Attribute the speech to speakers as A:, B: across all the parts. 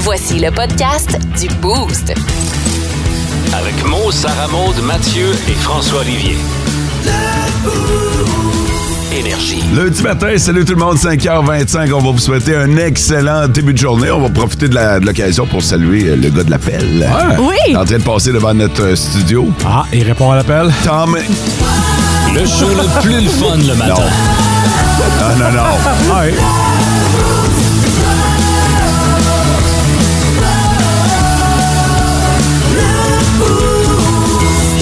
A: Voici le podcast du Boost.
B: Avec Mo, Sarah Maud, Mathieu et François Olivier. Énergie.
C: Lundi matin, salut tout le monde, 5h25. On va vous souhaiter un excellent début de journée. On va profiter de la- de l'occasion pour saluer euh, le gars de l'appel.
D: Oui.
C: En train de passer devant notre euh, studio.
E: Ah, il répond à l'appel.
C: Tom.
B: Le show le plus le fun le matin.
C: Non,
E: Ah,
C: non, non.
E: Ouais.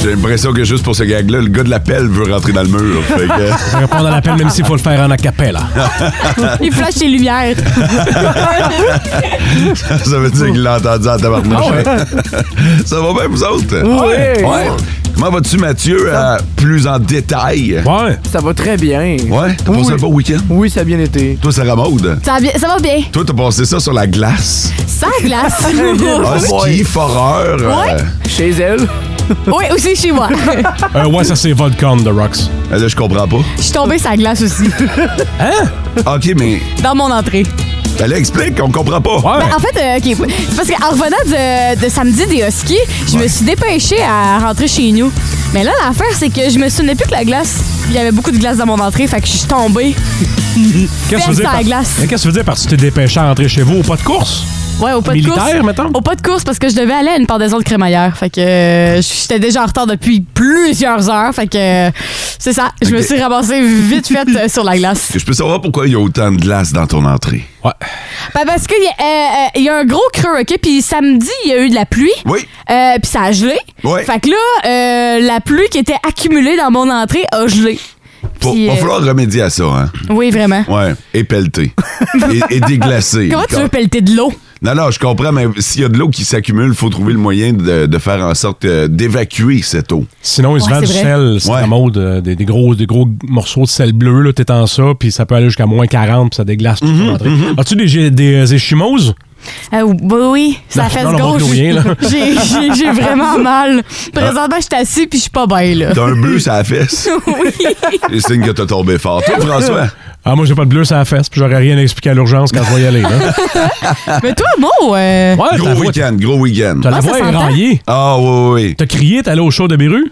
C: J'ai l'impression que juste pour ce gag-là, le gars de l'appel veut rentrer dans le mur. Fait que-
E: Il répond à l'appel même s'il faut le faire en acapella. Ah.
D: Il flash les lumières.
C: ça veut dire qu'il l'a entendu en tabarnouche.
E: Ah ouais.
C: ça va bien, vous autres?
E: Ouais.
C: Ouais. Comment vas-tu, Mathieu, euh, plus en détail?
E: Ouais.
F: Ça va très bien.
C: Ouais? T'as passé un bon week-end?
F: Oui, ça a bien été.
C: Toi, Sarah Maud?
D: Ça va bien. Ça va bien.
C: Toi, t'as passé ça sur la glace?
D: Sans glace.
C: Ah, ski, foreur. euh,
F: Oh, Chez elle,
D: oui, aussi chez moi.
E: Euh, ouais, ça c'est Vodcon de Rocks.
C: euh, Là, je comprends pas.
D: Je suis tombée sans glace aussi.
E: Hein?
C: OK, mais
D: Dans mon entrée.
C: elle explique, on comprend pas.
E: Ah
C: Ben,
E: Ouais.
D: En fait, euh, OK. C'est parce qu'en revenant de, de samedi des huskies, je me suis dépêchée à rentrer chez nous. Mais là, l'affaire, c'est que je me souvenais plus que la glace. Il y avait beaucoup de glace dans mon entrée, fait que je suis tombée.
E: Qu'est-ce que
D: Fesse à la
E: par-
D: glace.
E: Mais Qu'est-ce que tu veux dire par tu t'es dépêché à rentrer chez vous au pas de course?
D: Ouais, au pas de
E: Militaire,
D: course.
E: mettons?
D: Au pas de course parce que je devais aller à une pendaison de crémaillère. Fait que euh, j'étais déjà en retard depuis plusieurs heures. Fait que euh, c'est ça. Je me
C: Ok.
D: suis ramassée vite faite euh, sur la glace.
C: Que je peux savoir pourquoi il y a autant de glace dans ton entrée.
E: Ouais.
D: Ben parce qu'il y, a- euh, euh, il y a un gros creux, OK? Puis samedi, il y a eu de la pluie.
C: Oui.
D: Euh, puis ça a gelé.
C: Ouais.
D: Fait que là, euh, la pluie qui était accumulée dans mon entrée a gelé.
C: Va,
D: Puis,
C: va
D: euh,
C: falloir remédier à ça, hein?
D: Oui, vraiment.
C: Ouais. Et pelleter. et, et déglacer.
D: Comment tu veux pelleter de l'eau?
C: Non, non, je comprends, mais s'il y a de l'eau qui s'accumule, il faut trouver le moyen de, de faire en sorte euh, d'évacuer cette eau.
E: Sinon, ils se
D: Ouais,
E: vendent du
D: c'est
E: sel, c'est
C: Ouais.
E: la mode, euh, des, des gros, des gros morceaux de sel bleu, là, t'es en ça, puis ça peut aller jusqu'à moins 40, puis ça déglace toute
C: Mhm,
E: ton entrée. As-tu des, gé- des, euh, échymoses?
D: Euh, oui, oui, ça
E: Non,
D: fait
E: non, on va
D: gauche.
E: plus rien, là. Ah.
D: J'ai- J'ai j'ai vraiment mal. Présentement, je suis assis puis je suis pas bien, là.
C: T'as un bleu sur la fesse. oui. signe que t'as tombé fort. Toi, François?
E: Ah, moi, j'ai pas de bleu sur la fesse, puis j'aurais rien à expliquer à l'urgence quand je vais y aller, là.
D: Mais toi, Mo, euh,
E: Ouais,
C: Gros
E: ta voix-
C: week-end, gros week-end.
E: T'as la
D: Ouais, ça
E: voix
D: s'entend.
E: éraillée.
C: Ah, oui, oui, oui.
E: T'as crié, t'es allé au show de Béru?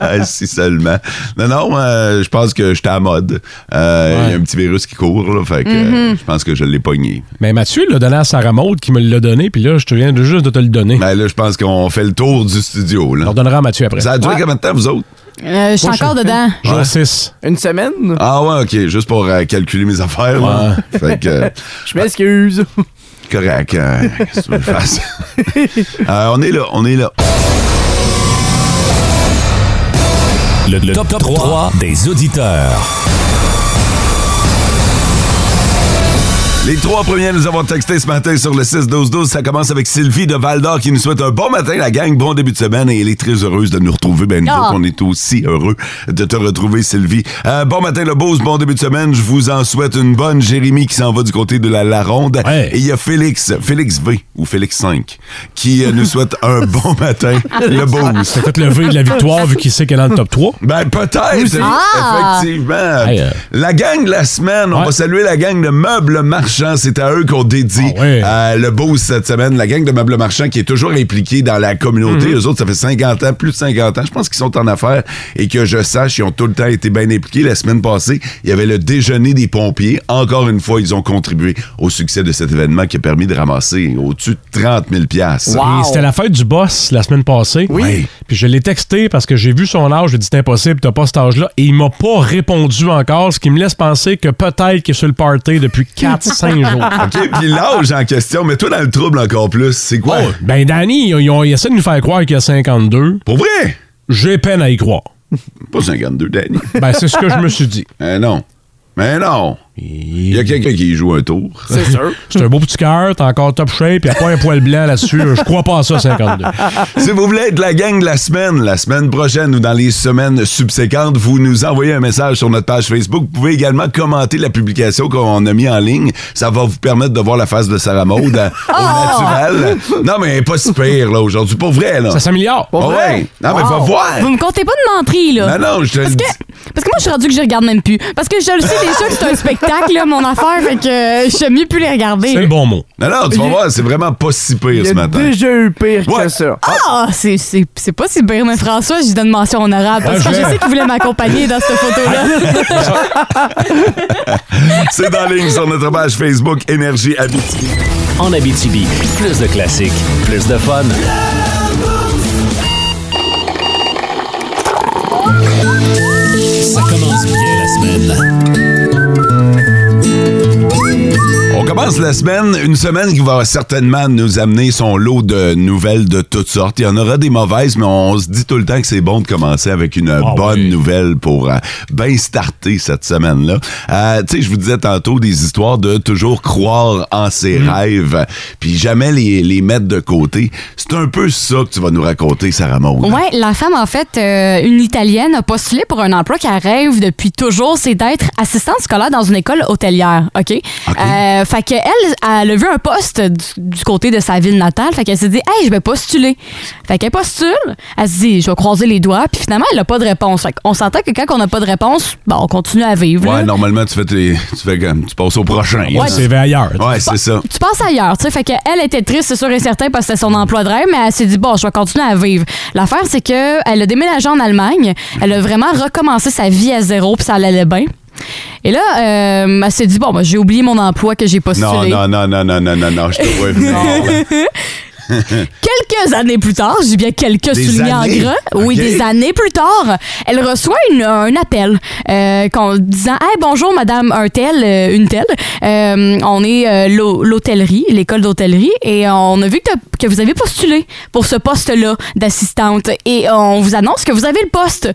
C: Ah, si seulement. Non, non, euh, je pense que j'étais à mode. Euh, Il y a un petit virus qui court, là, fait que euh,
D: Mm-hmm.
C: je pense que je l'ai pogné.
E: Mais Mathieu l'a donné à Sarah Maud qui me l'a donné, puis là, je te viens de juste de te le donner.
C: Ben là, je pense qu'on fait le tour du studio,
E: Je
C: là.
E: le donnera à Mathieu après.
C: Ça a duré combien de temps, vous autres?
D: euh, je suis
E: Moi, je-
D: encore
G: Hein?
D: dedans.
E: Jour 6.
F: une semaine,
C: Ah ouais, OK, juste pour euh, calculer mes affaires, là. Fait que, euh,
F: je m'excuse.
C: correct. euh, qu'est-ce que tu veux que je fasse? Euh, on est là, on est là.
B: Le, le top, 3, des auditeurs.
C: Les trois premiers nous avons texté ce matin sur le 6-12-12. Ça commence avec Sylvie de Val-d'Or qui nous souhaite un bon matin, la gang. Bon début de semaine et elle est très heureuse de nous retrouver. Ben, nous
D: Ah.
C: autres, on est aussi heureux de te retrouver, Sylvie. Euh, bon matin, le Beauce. Bon début de semaine. Je vous en souhaite une bonne. Jérémy qui s'en va du côté de la Laronde.
E: Ouais.
C: Et il y a Félix, Félix V ou Félix 5 qui euh, nous souhaite un bon matin, le Beauce.
E: Peut-être le V de la victoire vu qu'il sait qu'elle est dans le top 3.
C: Ben peut-être,
D: Ah!
C: effectivement.
E: Hey, euh.
C: La gang de la semaine, on
E: Ouais.
C: va saluer la gang de Meubles Marchands. C'est à eux qu'on dédie
E: Ah ouais.
C: euh, le beau cette semaine. La gang de Meubles Marchands qui est toujours impliquée dans la communauté.
E: Mm-hmm.
C: Eux autres, ça fait 50 ans, plus de 50 ans. Je pense qu'ils sont en affaires et que je sache, ils ont tout le temps été bien impliqués. La semaine passée, il y avait le déjeuner des pompiers. Encore une fois, ils ont contribué au succès de cet événement qui a permis de ramasser au-dessus de 30 000 piastres.
E: Et c'était la fête du boss la semaine passée.
C: Oui.
E: Puis je l'ai texté parce que j'ai vu son âge, j'ai dit c'est impossible, t'as pas cet âge-là. Et il m'a pas répondu encore, ce qui me laisse penser que peut-être qu'il est sur le party depuis 4-5 jours.
C: OK, puis l'âge en question, mais toi dans le trouble encore plus, c'est quoi?
E: Oh, ben Danny, ils, ont- ils essaient de nous faire croire qu'il a 52.
C: Pour vrai?
E: J'ai peine à y croire.
C: Pas 52, Danny.
E: Ben c'est ce que je me suis dit.
C: Mais non. Mais non. Il y a quelqu'un qui y joue un tour.
F: C'est sûr.
E: C'est un beau petit cœur, t'es encore top shape, il a pas un poil blanc là-dessus. Je crois pas à ça, 52.
C: si vous voulez être la gang de la semaine, la semaine prochaine ou dans les semaines subséquentes, vous nous envoyez un message sur notre page Facebook. Vous pouvez également commenter la publication qu'on a mis en ligne. Ça va vous permettre de voir la face de Sarah Maud euh,
E: Oh!
C: au naturel. Non, mais pas si pire, là, aujourd'hui. Pour vrai, là.
E: Ça s'améliore.
C: Ah ouais. Non, mais va
D: Wow.
C: voir.
D: Vous me comptez pas de mentir, là.
C: Non, non, je te le
D: Parce
C: dis.
D: que
G: Parce que moi, je suis rendue que je regarde même plus. Parce que je le sais déjà que c'est un spectacle, là, mon affaire, fait que euh, je suis mieux plus les regarder.
E: C'est le bon mot.
C: Non, non, tu vas voir, c'est vraiment pas si pire
F: Il y
C: ce
F: a
C: matin.
F: déjà eu pire
C: Ouais.
F: que ça.
G: Ah, c'est- c'est c'est pas si bien, mais François, je lui donne mention en arabe.
C: Ah,
G: Parce que
E: Ouais, je
G: je
E: vais.
G: sais qu'il voulait m'accompagner dans cette photo-là.
C: C'est dans la ligne sur notre page Facebook Énergie Habituée.
B: En Abitibi, plus de classiques, plus de fun. Ça commence bien la semaine.
C: On commence la semaine, une semaine qui va certainement nous amener son lot de nouvelles de toutes sortes. Il y en aura des mauvaises, mais on se dit tout le temps que c'est bon de commencer avec une bonne nouvelle pour euh, bien starter cette semaine-là. Euh, tu sais, je vous disais tantôt des histoires de toujours croire en ses rêves, puis jamais les, les mettre de côté. C'est un peu ça que tu vas nous raconter, Sarah Maud.
D: Ouais, la femme, en fait, euh, une Italienne, a postulé pour un emploi qu'elle rêve depuis toujours, c'est d'être assistante scolaire dans une école hôtelière, OK? Euh, fait qu'elle, elle a vu un poste du, du côté de sa ville natale, fait qu'elle s'est dit « Hey, je vais postuler! » Fait qu'elle postule, elle se dit « Je vais croiser les doigts », puis finalement, elle n'a pas de réponse. Fait qu'on s'entend que quand on n'a pas de réponse, ben, on continue à vivre. là.
C: Ouais, normalement, tu fais, tes- tu fais comme, tu passes au prochain.
E: On
C: là.
E: s'est fait ailleurs.
C: Ouais, c'est ça.
D: tu passes ailleurs, tu sais. Fait qu'elle était triste, c'est sûr et certain, parce que c'était son emploi de rêve, mais elle s'est dit, bon, je vais continuer à vivre. L'affaire, c'est que elle a déménagé en Allemagne. Elle a vraiment recommencé sa vie à zéro, puis ça allait bien. Et là, euh, elle s'est dit, bon, ben, j'ai oublié mon emploi que j'ai postulé.
C: Non, non, non, non, non, non, non, non, je te vois venir.
D: Quelques années plus tard, j'ai bien quelques
C: Des
D: soulignés en
C: années?
D: gras. Oui,
C: Ok.
D: des années plus tard, elle reçoit une- un appel euh, qu'on- disant Hey, bonjour, madame, un tel, euh, une telle. Euh, on est euh, l'hô- l'hôtellerie, l'école d'hôtellerie, et on a vu que, t'as- que vous avez postulé pour ce poste-là d'assistante, et on vous annonce que vous avez le poste.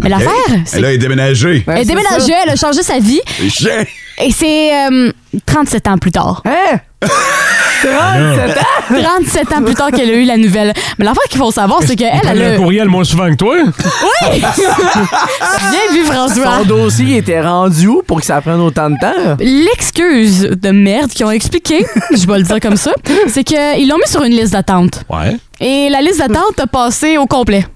D: Mais
C: Ok.
D: l'affaire, c'est.
C: Elle a déménagé. euh,
D: Elle déménageait, elle a changé sa vie,
C: Chien.
D: et c'est euh, 37 ans plus tard.
F: Hein?
D: Ah,
F: 37 ans?
D: 37 ans plus tard qu'elle a eu la nouvelle. Mais l'affaire qu'il faut savoir, c'est qu'elle,
E: Elle
D: elle
E: a
D: a.
E: le courriel moins souvent que toi.
D: Bien vu, François.
F: Son dossier était rendu où pour que ça prenne autant de temps?
D: L'excuse de merde qu'ils ont expliqué, je vais le dire comme ça, c'est qu'ils l'ont mis sur une liste d'attente.
E: Ouais.
D: Et la liste d'attente a passé au complet.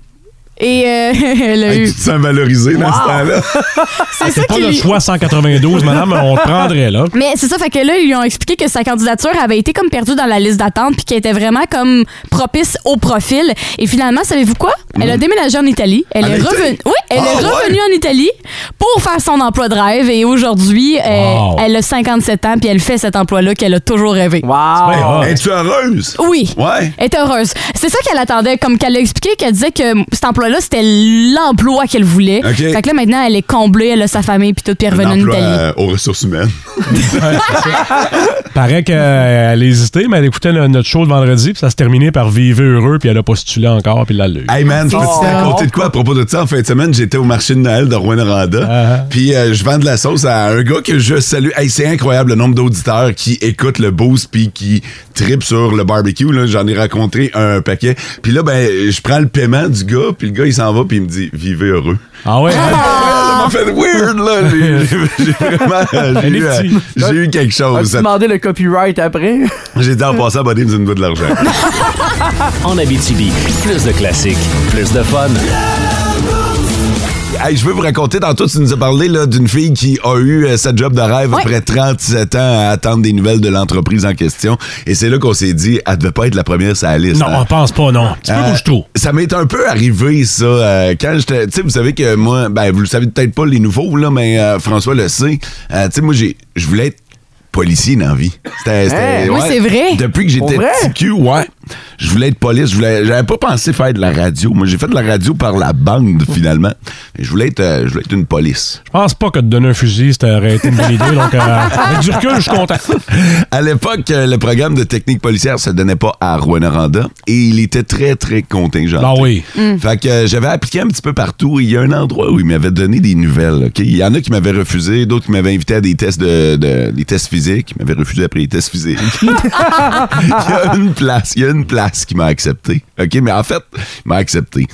D: Et euh, elle a
C: Hey,
D: eu.
C: tu te sens valorisé dans ce temps-là.
D: C'est ça
E: Ah, C'est pas
D: qui
E: le
D: lui-
E: choix 192, madame, on te prendrait, là.
D: Mais c'est ça, fait que là, ils lui ont expliqué que sa candidature avait été comme perdue dans la liste d'attente puis qu'elle était vraiment comme propice au profil. Et finalement, savez-vous quoi? Elle a déménagé en Italie. Elle
C: Mm. En
D: est
C: Italie?
D: revenue. Oui, elle est
C: Ah, ouais?
D: revenue en Italie pour faire son emploi de rêve. Et aujourd'hui, elle,
E: Wow.
D: elle a 57 ans puis elle fait cet emploi-là qu'elle a toujours rêvé.
E: Ouais,
F: Wow!
E: ouais.
C: Es-tu heureuse?
D: Ah. Oui.
C: Ouais.
D: Elle était heureuse. C'est ça qu'elle attendait, comme qu'elle a expliqué, qu'elle disait que cet emploi-là, c'était l'emploi qu'elle voulait.
C: OK.
D: Fait que là, maintenant, elle est comblée, elle a sa famille, puis tout, puis elle est
C: Un
D: revenue en
C: emploi
D: Italie.
C: euh, aux ressources humaines.
E: Paraît qu'elle hésitait, mais elle écoutait le- notre show le vendredi, puis ça se terminait par Vivez heureux, puis elle a postulé encore, puis elle l'a lu.
C: Hey man, je peux te
F: ça.
C: raconter de quoi à propos de ça? En fin de semaine, j'étais au marché de Noël de
E: Ah,
C: Rouen-Noranda. Puis euh, je vends de la sauce à un gars que je salue. Hey, c'est incroyable le nombre d'auditeurs qui écoutent le boost puis qui tripent sur le barbecue. là. J'en ai rencontré un paquet. Puis là, ben, je prends le paiement du gars, puis le gars, il s'en va, puis il me dit « Vivez heureux ».
E: Ah ouais? hein?
C: Ça m'a fait weird, là. J'ai- j'ai- J'ai vraiment... J'ai eu, euh,
E: petit.
C: j'ai eu quelque chose.
F: As-tu
C: cette
F: demandé le copyright après?
C: J'ai dit en passant, Bonnie me donne de l'argent.
B: En Abitibi, plus de classiques, plus de fun.
C: Hey, je veux vous raconter, tantôt, tu nous as parlé là, d'une fille qui a eu euh, sa job de rêve
D: Ouais.
C: après 37 ans à attendre des nouvelles de l'entreprise en question. Et c'est là qu'on s'est dit, elle devait pas être la première sur la liste.
E: Non,
C: hein.
E: on pense pas, non. Un petit peu
C: Euh,
E: bouge trop.
C: Ça m'est un peu arrivé, ça. euh, quand j'étais. Tu sais, vous savez que moi, ben, vous le savez peut-être pas, les nouveaux, là, mais euh, François le sait. Euh, tu sais, moi, j'ai- je voulais être policier dans la vie. C'était. c'était-
F: Hey,
D: Hein? oui, c'est vrai.
C: Depuis que
F: Pour
C: j'étais
F: vrai?
C: petit cul, ouais. Je voulais être police. Je voulais, j'avais pas pensé faire de la radio. Moi, j'ai fait de la radio par la bande, finalement. Mais je voulais être, euh, je voulais être une police.
E: Je pense pas que de donner un fusil, c'était aurait été une bonne idée. Donc, euh, avec du recul, je suis content.
C: À l'époque, euh, le programme de technique policière se donnait pas à Rwanda et il était très, très contingent.
E: Ah oui.
C: Fait que euh, j'avais appliqué un petit peu partout. Il y a un endroit où ils m'avaient donné des nouvelles. ok? Il y en a qui m'avaient refusé, d'autres qui m'avaient invité à des tests de, de- des tests physiques. Ils m'avaient refusé après les tests physiques. il y a une place, il y a une place qui m'a accepté. OK, mais en fait, il m'a accepté.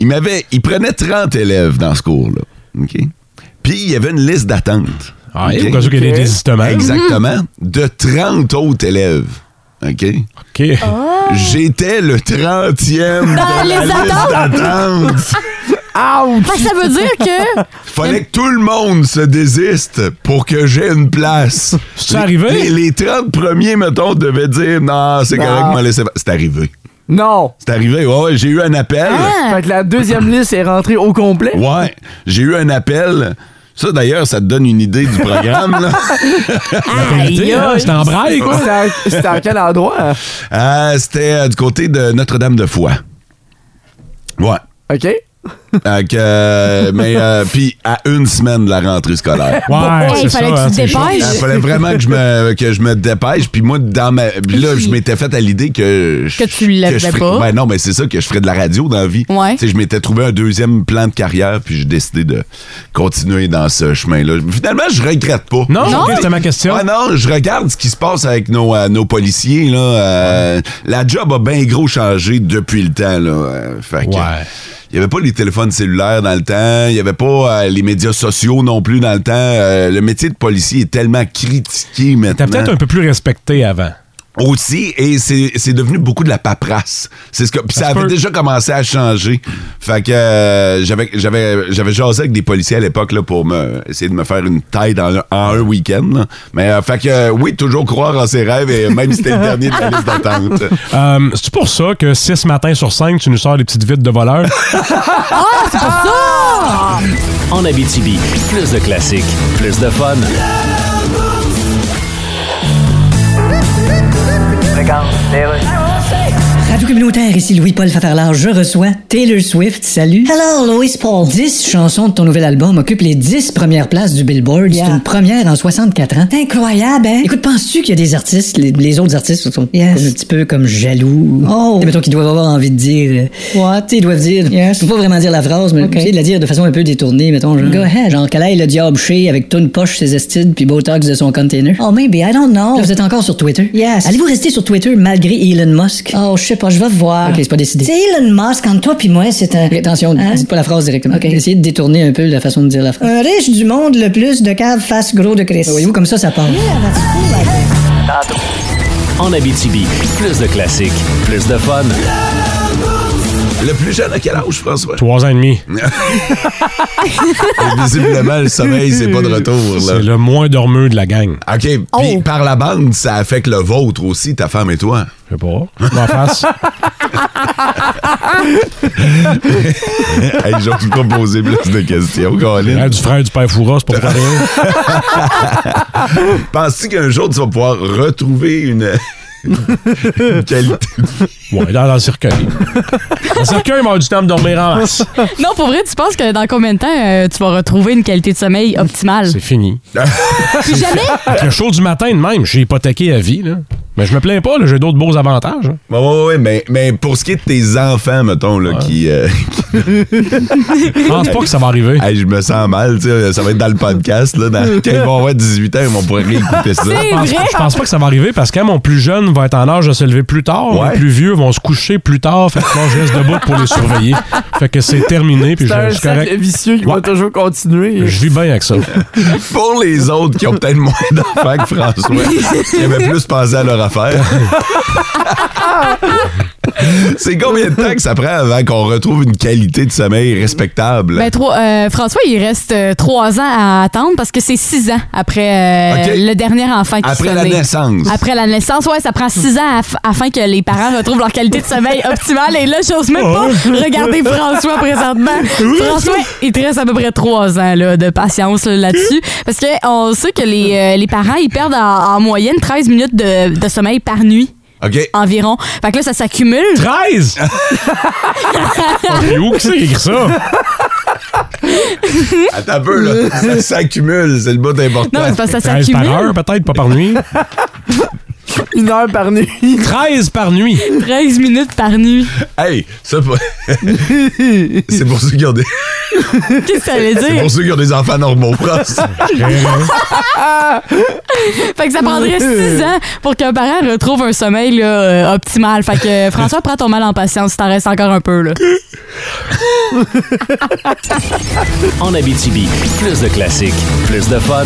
C: Il m'avait, il prenait 30 élèves dans ce cours-là. OK? Puis il y avait une liste d'attente.
E: Ah,
C: OK?
E: Au cas où qu'il y ait des désistements.
C: Exactement. De 30 autres élèves. OK?
E: OK.
C: J'étais le
D: Dans
C: 30e de
D: Oh. les
C: la liste
D: attentes.
C: d'attente.
F: Ouch!
G: Fait que ça veut dire que.
C: Fallait que tout le monde se désiste pour que j'aie une place.
E: C'est
C: Les-
E: arrivé?
C: Les, les 30 premiers, mettons, devaient dire non, c'est
F: Non.
C: correct, m'en laissez pas. C'est arrivé.
F: Non!
C: C'est arrivé, ouais, ouais, j'ai eu un appel.
G: Ah!
F: Fait que la deuxième liste est rentrée au complet.
C: Ouais, j'ai eu un appel. Ça, d'ailleurs, ça te donne une idée du programme. là.
E: Pénalité, hein, c'est en braille, quoi.
F: C'était à- C'était à quel endroit?
C: Euh, C'était euh, du côté de Notre-Dame-de-Foy. Ouais.
F: OK?
C: Fait que, euh, mais euh, puis à une semaine de la rentrée scolaire.
E: Ouais,
G: Hey,
E: c'est
G: fallait que
E: ça. hein,
G: tu te
E: c'est chaud.
G: dépêches.
C: Il fallait vraiment que je me que je me dépêche puis moi dans ma puis là je m'étais fait à l'idée que je,
G: Que tu
C: je
G: l'avais
C: ferais-
G: pas.
C: Ben non mais c'est ça que je ferais de la radio dans la vie.
G: Ouais.
C: Tu sais, je m'étais trouvé un deuxième plan de carrière puis j'ai décidé de continuer dans ce chemin là. Finalement je regrette pas.
E: Non,
C: Je-
E: ok, c'était ma question.
C: Ouais, Ah non, je regarde ce qui se passe avec nos euh, nos policiers là. Euh, la job a bien gros changé depuis le temps là. Euh, fait que-
E: Ouais.
C: il n'y avait pas les téléphones cellulaires dans le temps, il n'y avait pas euh, les médias sociaux non plus dans le temps. Euh, le métier de policier est tellement critiqué
E: T'as
C: maintenant.
E: peut-être un peu plus respecté avant.
C: Aussi, et c'est c'est devenu beaucoup de la paperasse. C'est ce que puis ça,
E: se
C: avait
E: peut.
C: déjà commencé à changer. Fait que euh, j'avais j'avais j'avais jasé avec des policiers à l'époque là pour me essayer de me faire une taille dans un- en un week-end. là. Mais euh, fait que euh, oui, toujours croire en ses rêves et même si c'était le dernier de la liste d'attente.
E: Euh, C'est-tu pour ça que 6 matins sur 5, tu nous sors des petites vides de voleurs?
D: Ah,
B: En Abitibi, plus de classiques, plus de fun.
H: Radio communautaire, ici Louis-Paul Fafarlard. Je reçois Taylor Swift. Salut. Hello, Louis Paul. 10 chansons de ton nouvel album occupent les 10 premières places du Billboard. C'est une première en 64 ans. Incroyable, hein? Écoute, penses-tu qu'il y a des artistes, les, les autres artistes sont comme un petit peu comme jaloux? Oh! Mettons qu'ils doivent avoir envie de dire. euh, Tu sais, ils doivent dire. Yes. Faut pas vraiment dire la phrase, mais essayer de la dire de façon un peu détournée, mettons. Genre, Go ahead. Genre, qu'elle aille le diable chez avec toute une poche ses estides puis Botox de son container. Oh, maybe. I don't know. vous êtes encore sur Twitter? Yes. Allez-vous rester sur Twitter malgré Elon Musk? Oh, je sais pas. Je vais voir. OK, c'est pas décidé. C'est Elon Musk. Entre toi puis moi, c'est un... attention, dites pas la phrase directement. OK. Essayez de détourner un peu la façon de dire la phrase. Un riche du monde le plus de caves face gros de Christ. Voyez-vous, comme ça, ça parle.
B: En Abitibi, plus de classiques, plus de fun.
C: Le plus jeune à quel âge, François?
E: 3 ans et demi.
C: Visiblement, le sommeil, c'est pas de retour. là.
E: C'est le moins dormeux de la gang.
C: OK. Puis par la bande, ça affecte le vôtre aussi, ta femme et toi.
E: Je sais pas. Je m'en face.
C: hey, j'ose pas poser plus de questions, Colin.
E: Hein, du frère du père Fouras, c'est pas rien.
C: Penses-tu qu'un jour, tu vas pouvoir retrouver une, une qualité de vie?
E: Ouais, dans, dans le cercueil. Dans le cercueil, il m'a du temps de dormir en masse.
D: Non, pour vrai, tu penses que dans combien de temps euh, tu vas retrouver une qualité de sommeil optimale?
E: C'est fini.
D: Puis jamais?
E: Avec le show du matin de même, j'ai hypothéqué à vie. Là. Mais je me plains pas, là, j'ai d'autres beaux avantages. hein.
C: Ouais, ouais, ouais, mais, mais pour ce qui est de tes enfants, mettons, là, qui... euh,
E: Je pense pas que ça va arriver.
C: hey, je me sens mal, tu sais, ça va être dans le podcast, là, dans, quand ils vont avoir 18 ans, ils vont pouvoir réécouter ça.
E: Je pense, je pense pas que ça va arriver parce que quand mon plus jeune va être en âge de se lever plus tard,
C: Ouais.
E: les plus vieux vont se coucher plus tard. Fait que moi, je reste debout pour les surveiller. Fait que c'est terminé, puis
F: C'est
E: je,
F: un
E: je suis
F: cercle
E: correct.
F: vicieux qui va
E: Ouais.
F: toujours continuer.
E: Je vis bien avec ça.
C: Pour les autres qui ont peut-être moins d'enfants que François, qui avaient plus pensé à leur affaire. C'est combien de temps que ça prend avant qu'on retrouve une qualité de sommeil respectable?
D: Ben, trois- euh, François, il reste euh, trois ans à attendre parce que c'est six ans après euh,
C: Ok.
D: le dernier enfant qui
C: Après
D: soit
C: la
D: né.
C: naissance.
D: Après la naissance, ouais, ça prend six ans af- afin que les parents retrouvent leur qualité de sommeil optimale. Et là, j'ose même pas
C: Oh.
D: regarder François présentement. François, il te reste à peu près trois ans là, de patience là, là-dessus. Parce que on sait que les, euh, les parents, ils perdent en, en moyenne 13 minutes de, de sommeil par nuit
C: OK.
D: environ. Fait que là, ça s'accumule.
E: 13! Oh, mais où que c'est écrit ça?
C: Attends un peu, là. Ça s'accumule, c'est le bout important.
D: Non, mais c'est parce que ça
E: 13 par
D: s'accumule.
E: heure, peut-être, pas par nuit.
F: Une heure par nuit.
E: 13 par nuit!
D: 13 minutes par nuit.
C: Hey, ça, pour- c'est pour, ceux qui ont des...
D: Qu'est-ce que ça veut
C: c'est
D: dire?
C: pour ceux qui ont des enfants normaux, François.
D: Ah! Fait que ça prendrait six ans pour qu'un parent retrouve un sommeil là, euh, optimal. Fait que euh, François, prends ton mal en patience, t'en restes encore un peu. Là.
B: En Abitibi, plus de classiques, plus de fun.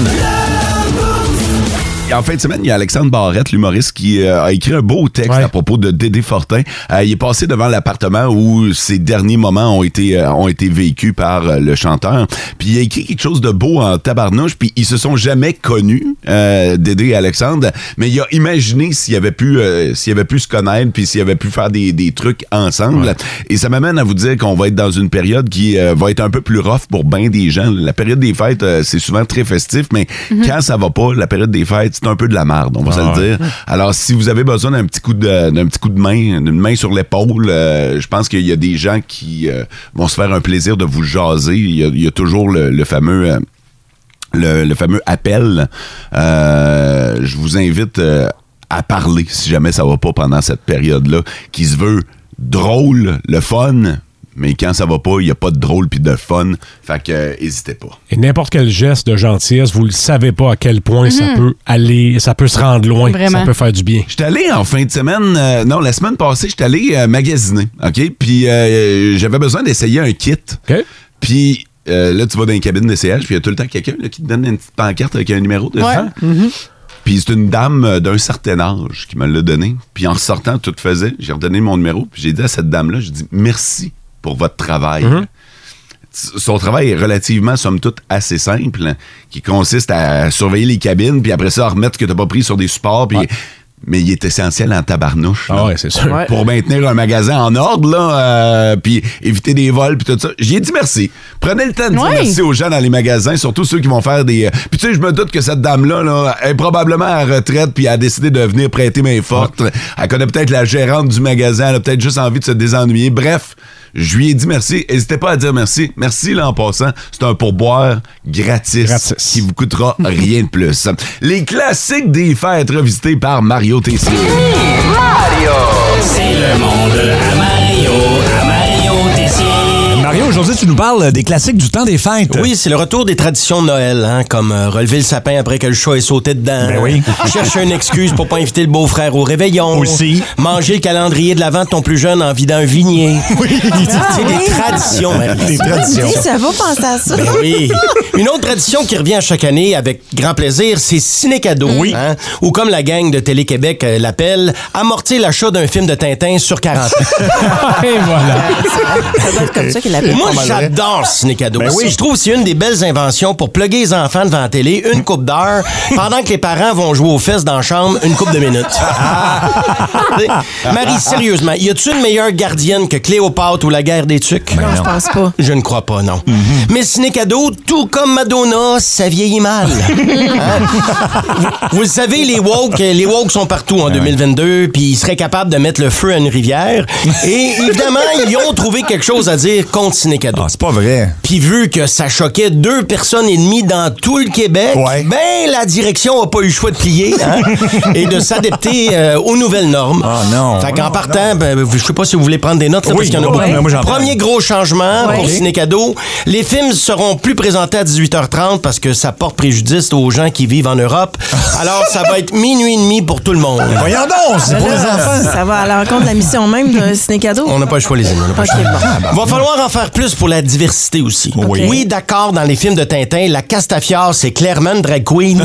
C: en fin de semaine, il y a Alexandre Barrette, l'humoriste, qui euh, a écrit un beau texte
E: Ouais.
C: à propos de Dédé Fortin. Euh, il est passé devant l'appartement où ses derniers moments ont été, euh, ont été vécus par euh, le chanteur. Puis il a écrit quelque chose de beau en tabarnouche. Puis ils se sont jamais connus, euh, Dédé et Alexandre. Mais il a imaginé s'il avait pu, euh, s'il avait pu se connaître, puis s'il avait pu faire des, des trucs ensemble. Et ça m'amène à vous dire qu'on va être dans une période qui euh, va être un peu plus rough pour bien des gens. La période des fêtes, euh, c'est souvent très festif, mais quand ça va pas, la période des fêtes, c'est un peu de la merde, on va se le dire. Alors, si vous avez besoin d'un petit coup de, d'un petit coup de main, d'une main sur l'épaule, euh, je pense qu'il y a des gens qui euh, vont se faire un plaisir de vous jaser. Il y a, il y a toujours le, le fameux... euh, le, le fameux appel. Euh, je vous invite euh, à parler si jamais ça va pas pendant cette période-là, qui se veut drôle, le fun, mais quand ça va pas, il n'y a pas de drôle puis de fun. Fait que euh, hésitez pas.
E: Et n'importe quel geste de gentillesse, vous ne savez pas à quel point ça peut aller, ça peut se rendre loin,
D: Mhm. Vraiment.
E: ça peut faire du bien.
C: J'étais allé en fin de semaine, euh, non, la semaine passée, j'étais allé euh, magasiner, OK? Puis euh, j'avais besoin d'essayer un kit.
E: OK?
C: Puis euh, là, tu vas dans une cabine d'essayage, puis il y a tout le temps quelqu'un là, qui te donne une petite pancarte avec un numéro de
F: Mm-hmm.
C: Puis c'est une dame euh, d'un certain âge qui me l'a donné. Puis en sortant, tout faisait. J'ai redonné mon numéro, puis j'ai dit à cette dame-là, j'ai dit merci pour votre travail.
E: Mhm.
C: S- Son travail est relativement, somme toute, assez simple, hein, qui consiste à surveiller les cabines, puis après ça, à remettre ce que t'as pas pris sur des supports, puis... Mais il est essentiel en tabarnouche. là
E: Ah ouais, c'est sûr.
F: Ouais.
C: pour maintenir un magasin en ordre, là, euh, puis éviter des vols, puis tout ça. J'y ai dit merci. Prenez le temps de dire
D: Ouais.
C: merci aux gens dans les magasins, surtout ceux qui vont faire des... euh, Puis tu sais, je me doute que cette dame-là là, est probablement à la retraite, puis elle a décidé de venir prêter main forte. Elle connaît peut-être la gérante du magasin, elle a peut-être juste envie de se désennuyer. Bref, je lui ai dit merci. N'hésitez pas à dire merci. Merci, là, en passant. C'est un pourboire gratis,
E: Gratis.
C: qui vous coûtera rien de plus. Les classiques des fêtes revisités par Mario Tessier.
I: C'est le monde à Mario, à Mario Tessier.
J: Mario, aujourd'hui, tu nous parles des classiques du temps des fêtes.
I: Oui, c'est le retour des traditions de Noël, hein, comme euh, relever le sapin après que le chat est sauté dedans.
J: Ben oui.
I: Chercher une excuse pour pas inviter le beau-frère au réveillon.
J: Aussi.
I: Manger le calendrier de l'avant de ton plus jeune en vidant un vignier. Oui.
K: Ah,
I: C'est des traditions, Marie.
J: Des traditions.
K: ça va penser à ça.
I: Ben oui. Une autre tradition qui revient à chaque année avec grand plaisir, c'est Ciné Cadeau. Oui. Ou comme la gang de Télé-Québec euh, l'appelle, amortir l'achat d'un film de Tintin sur 40 ans.
E: Et voilà.
K: Ça doit être comme ça qu'il appelle.
I: Euh, Moi, j'adore Ciné Cadeau.
J: Ben oui.
I: Je trouve que c'est une des belles inventions pour plugger les enfants devant la télé une coupe d'heure pendant que les parents vont jouer aux fesses dans la chambre une coupe de minutes. T'sais, Marie, sérieusement, y a-tu une meilleure gardienne que Cléopâtre ou la guerre des Tucs?
K: Non, je pense pas.
I: Je ne crois pas, non. Mais ciné cadeau, tout comme Madonna, ça vieillit mal. Hein? vous, vous le savez, les woke, les woke sont partout en 2022, puis ils seraient capables de mettre le feu à une rivière. Et évidemment, ils ont trouvé quelque chose à dire contre ciné cadeau.
J: Ah, c'est pas vrai.
I: Puis vu que ça choquait deux personnes et demie dans tout le Québec,
J: Ouais.
I: ben la direction a pas eu le choix de plier hein, et de s'adapter euh, aux nouvelles normes.
J: Ah, non.
I: Fait qu'en
J: Non,
I: partant, ben, je sais pas si vous voulez prendre des notes là,
J: Oui,
I: parce qu'il y en a
J: moi,
I: beaucoup.
J: moi, j'en prends.
I: Premier gros changement
K: Ouais.
I: pour
K: Ok.
I: Ciné Cadeau, les films seront plus présentés à 18h30 parce que ça porte préjudice aux gens qui vivent en Europe. Alors ça va être minuit et demi pour tout le monde.
J: Voyons donc, c'est
K: Ben
J: pour les
K: là,
J: enfants.
K: Ça va à l'encontre de la mission même d'un ciné-cadeau.
I: On n'a pas le choix, les amis. on n'a pas le
K: Ok,
I: choix.
K: bon.
I: Va falloir en faire plus pour la diversité aussi.
K: Oui.
I: Oui, d'accord, dans les films de Tintin, la Castafiore, c'est clairement une drag queen.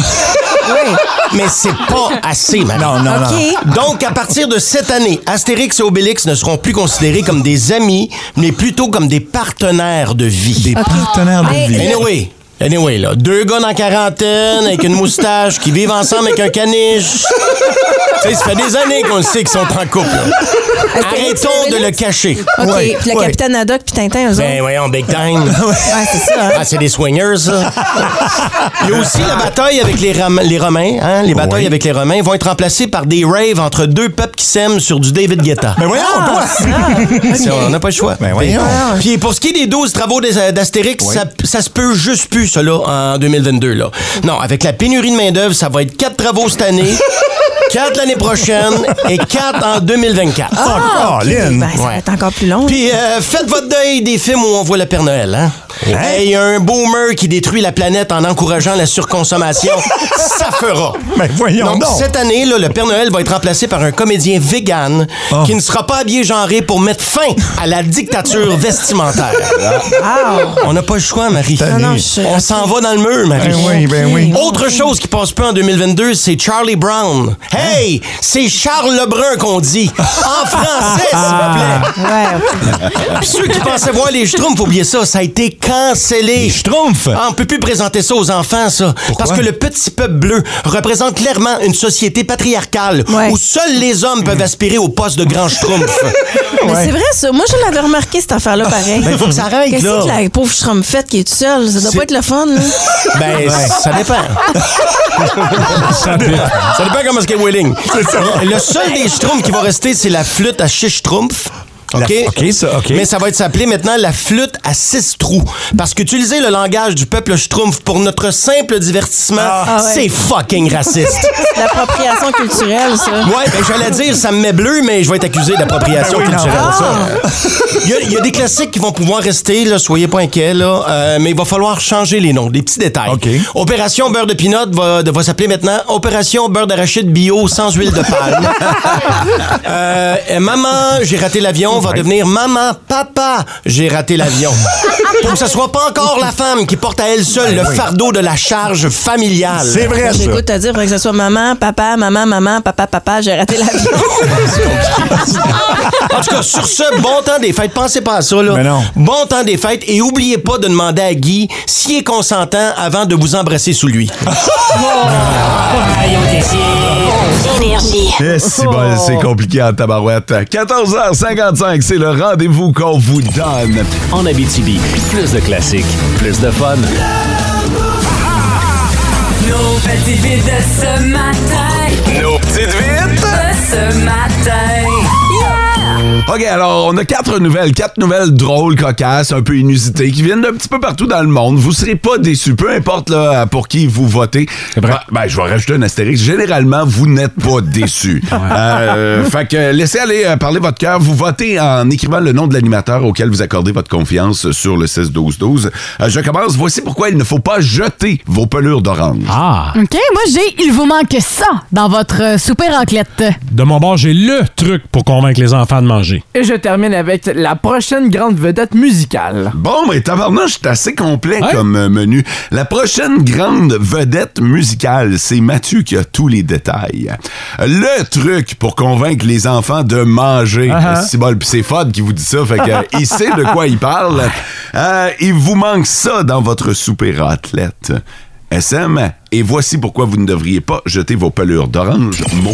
I: Mais c'est pas assez, madame.
J: Non, non, non.
K: OK.
I: Donc, à partir de cette année, Astérix et Obélix ne seront plus considérés comme des amis, mais plutôt comme des partenaires de
J: Des
I: vie.
J: partenaires de vie.
I: Anyway. Anyway, là, deux gars dans la quarantaine avec une moustache qui vivent ensemble avec un caniche. tu sais, ça fait des années qu'on le sait qu'ils sont en couple. là.
K: Astérix et
I: Arrêtons de le
K: Obélix?
I: cacher.
K: OK,
J: Ouais,
K: puis le
J: ouais.
K: capitaine Haddock puis Tintin, eux
I: Ben
K: autres.
I: voyons, big time.
K: Ouais, c'est ça, hein?
I: Ah, c'est des swingers, ça. Il y a aussi la bataille avec les, Rom- les Romains. Hein? Les batailles
J: Oui.
I: avec les Romains vont être remplacées par des raves entre deux peuples qui s'aiment sur du David Guetta.
J: Mais Ben, voyons, toi.
K: Ah,
I: Ça, On n'a pas le choix.
J: Ben voyons.
I: Puis pour ce qui est des 12 travaux des- euh, d'Astérix, ça, ça se peut juste plus, cela, en 2022. Là. Non, avec la pénurie de main-d'œuvre, ça va être 4 travaux cette année, 4 l'année prochaine et 4 en 2024.
J: Oh, Colin.
K: Ah, Ben, ça va être encore plus long.
I: Puis euh, faites votre deuil des films où on voit le Père Noël. Hein? Il y a un boomer qui détruit la planète en encourageant la surconsommation. ça fera.
J: Mais voyons
I: donc.
J: donc.
I: cette année, là, le Père Noël va être remplacé par un comédien vegan
J: Oh.
I: qui ne sera pas habillé genré pour mettre fin à la dictature vestimentaire. On n'a pas le choix, Marie. On s'en va dans le mur, Marie.
J: Ben oui, ben oui.
I: Autre chose qui passe peu en 2022, c'est Charlie Brown.
J: Hein?
I: Hey, c'est Charles Lebrun qu'on dit. En français, s'il vous
K: Ah.
I: plaît.
J: Ah.
I: Ah, Puis Ceux qui pensaient voir les Schtroumpfs, oubliez ça, ça a été cancellé. Les
J: Schtroumpfs?
I: Ah, on peut plus présenter ça aux enfants, ça. Parce que le petit peuple bleu représente clairement une société patriarcale où seuls les hommes peuvent aspirer au poste de grand Schtroumpf.
K: Mais c'est vrai, ça. Moi, je l'avais remarqué, cette affaire-là, pareil.
I: Ben, faut que ça arrête,
K: Qu'est-ce
I: là.
K: que la pauvre Schrumpfette faite qui est toute seule? Ça doit
I: C'est-
K: pas être le fun, là.
I: Ben, ça dépend. ça dépend. Ça dépend comment est-ce qu'elle est willing. Le seul des Schtroumpfs qui va rester, c'est la flûte à six Schtroumpfs.
J: La-
I: OK?
J: OK, ça, OK.
I: Mais ça va être s'appeler maintenant la flûte à six trous. Parce qu'utiliser le langage du peuple Schtroumpf pour notre simple divertissement,
K: Ah ouais.
I: c'est fucking raciste.
K: L'appropriation culturelle, ça.
I: Ouais, ben j'allais dire, ça me met bleu, mais je vais être accusé d'appropriation
J: Ben oui, non.
G: Ah.
I: culturelle. ça. Il y a- il y, a des classiques qui vont pouvoir rester, là, soyez pas inquiets, là, euh, mais il va falloir changer les noms, des petits détails.
J: OK.
I: Opération beurre de pinot va, de- va s'appeler maintenant Opération beurre d'arachide bio sans huile de palme. Euh, et maman, j'ai raté l'avion va devenir Maman, papa, j'ai raté l'avion. Pour que ce soit pas encore la femme qui porte à elle seule le fardeau de la charge familiale.
J: Ben C'est vrai,
K: J'ai
J: ça.
K: le goût de te dire, faudrait que ce soit maman, papa, maman, maman, papa, papa, j'ai raté l'avion.
I: En tout cas, sur ce, bon temps des fêtes. Pensez pas à ça, là.
J: Mais non.
I: Bon temps des fêtes et oubliez pas de demander à Guy s'il est consentant avant de vous embrasser sous lui.
C: Eh, si bon, c'est compliqué en tabarouette. 14h55, c'est le rendez-vous qu'on vous donne.
B: En Abitibi, plus de classiques, plus de fun.
G: Oh.
A: Nos petites vites de ce matin.
B: Nos petites vites.
A: De ce matin.
C: OK, alors, on a quatre nouvelles, quatre nouvelles drôles, cocasses, un peu inusitées, qui viennent d'un petit peu partout dans le monde. Vous serez pas déçus, peu importe là, pour qui vous votez. Ben, ben, je vais rajouter un astérix. Généralement, vous n'êtes pas déçus. Euh, fait que laissez aller euh, parler votre cœur. Vous votez en écrivant le nom de l'animateur auquel vous accordez votre confiance sur le 16-12-12. Euh, je commence. Voici pourquoi il ne faut pas jeter vos pelures d'orange.
E: Ah!
D: OK, moi, j'ai Il vous manque ça dans votre euh, souper raclette.
E: De mon bord, j'ai le truc pour convaincre les enfants de manger.
F: Et je termine avec la prochaine grande vedette musicale.
C: Bon, mais tabarnouche, c'est assez complet
E: Ouais.
C: comme euh, menu. La prochaine grande vedette musicale, c'est Mathieu qui a tous les détails. Le truc pour convaincre les enfants de manger. C'est bol, puis c'est Fod qui vous dit ça, fait que, euh, il sait de quoi il parle. Euh, il vous manque ça dans votre souper raclette. SM, et voici pourquoi vous ne devriez pas jeter vos pelures d'orange. Mot.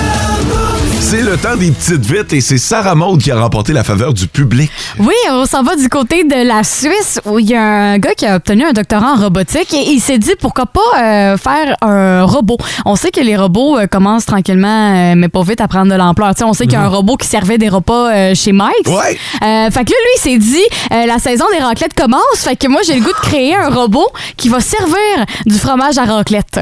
C: C'est le temps des petites vites et c'est Sarah Maud qui a remporté la faveur du public.
D: Oui, on s'en va du côté de la Suisse où il y a un gars qui a obtenu un doctorat en robotique et il s'est dit pourquoi pas euh, faire un robot. On sait que les robots euh, commencent tranquillement, euh, mais pas vite à prendre de l'ampleur. Tu sais, on sait qu'il y a un robot qui servait des repas euh, chez Mike.
C: Mhm. Ouais.
D: fait que là, lui, il s'est dit euh, la saison des raclettes commence. Fait que moi, j'ai le goût de créer un robot qui va servir du fromage à raclette.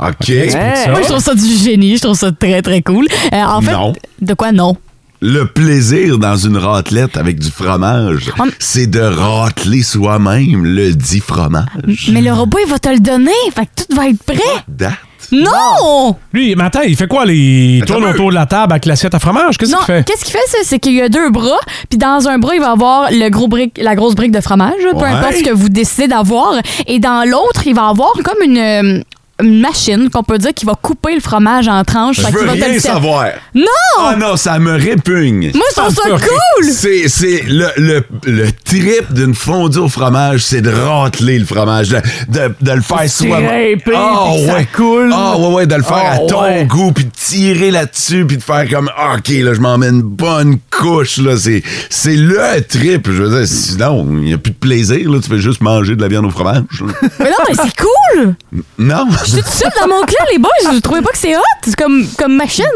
C: OK.
D: Moi, je trouve ça du génie. Je trouve ça très, très cool. Euh, en fait,
C: Non.
D: de quoi non?
C: Le plaisir dans une raclette avec du fromage,
D: Hum.
C: c'est de racler soi-même le dit fromage.
D: Mais le robot, il va te le donner. Fait que tout va être prêt.
C: Date.
D: non!
E: Lui, matin, il fait quoi? les Il
C: Attends
E: tourne
C: un peu.
E: autour de la table avec l'assiette à fromage? Qu'est-ce
D: Non,
E: qu'il fait?
D: qu'est-ce qu'il fait, ça? C'est qu'il y a deux bras, puis dans un bras, il va avoir le gros brique, la grosse brique de fromage, peu
C: Ouais.
D: importe ce que vous décidez d'avoir. Et dans l'autre, il va avoir comme une, euh, une machine qu'on peut dire qui va couper le fromage en tranches.
C: Je
D: fait qu'il
C: veux
D: va te le
C: rien
D: servir.
C: savoir.
D: Non!
C: Ah non, ça me répugne.
D: Moi, je trouve ça cool!
C: C'est, c'est le, le, le trip d'une fondue au fromage, c'est de racler le fromage, de, de, de le faire soi-même.
F: Triper, puis que ça coule.
C: Ah ouais, ouais, de le faire
F: Ah,
C: à ton
F: ouais.
C: goût, puis de tirer là-dessus, puis de faire comme, ah, OK, là, je m'en mets une bonne couche, là. C'est, c'est le trip. Je veux dire, sinon, il n'y a plus de plaisir, là. Tu fais juste manger de la viande au fromage. là.
D: Mais non, mais c'est cool!
C: non?
D: Je suis toute seule dans mon clan, les boys, vous trouvez pas que c'est hot? C'est comme, comme machine?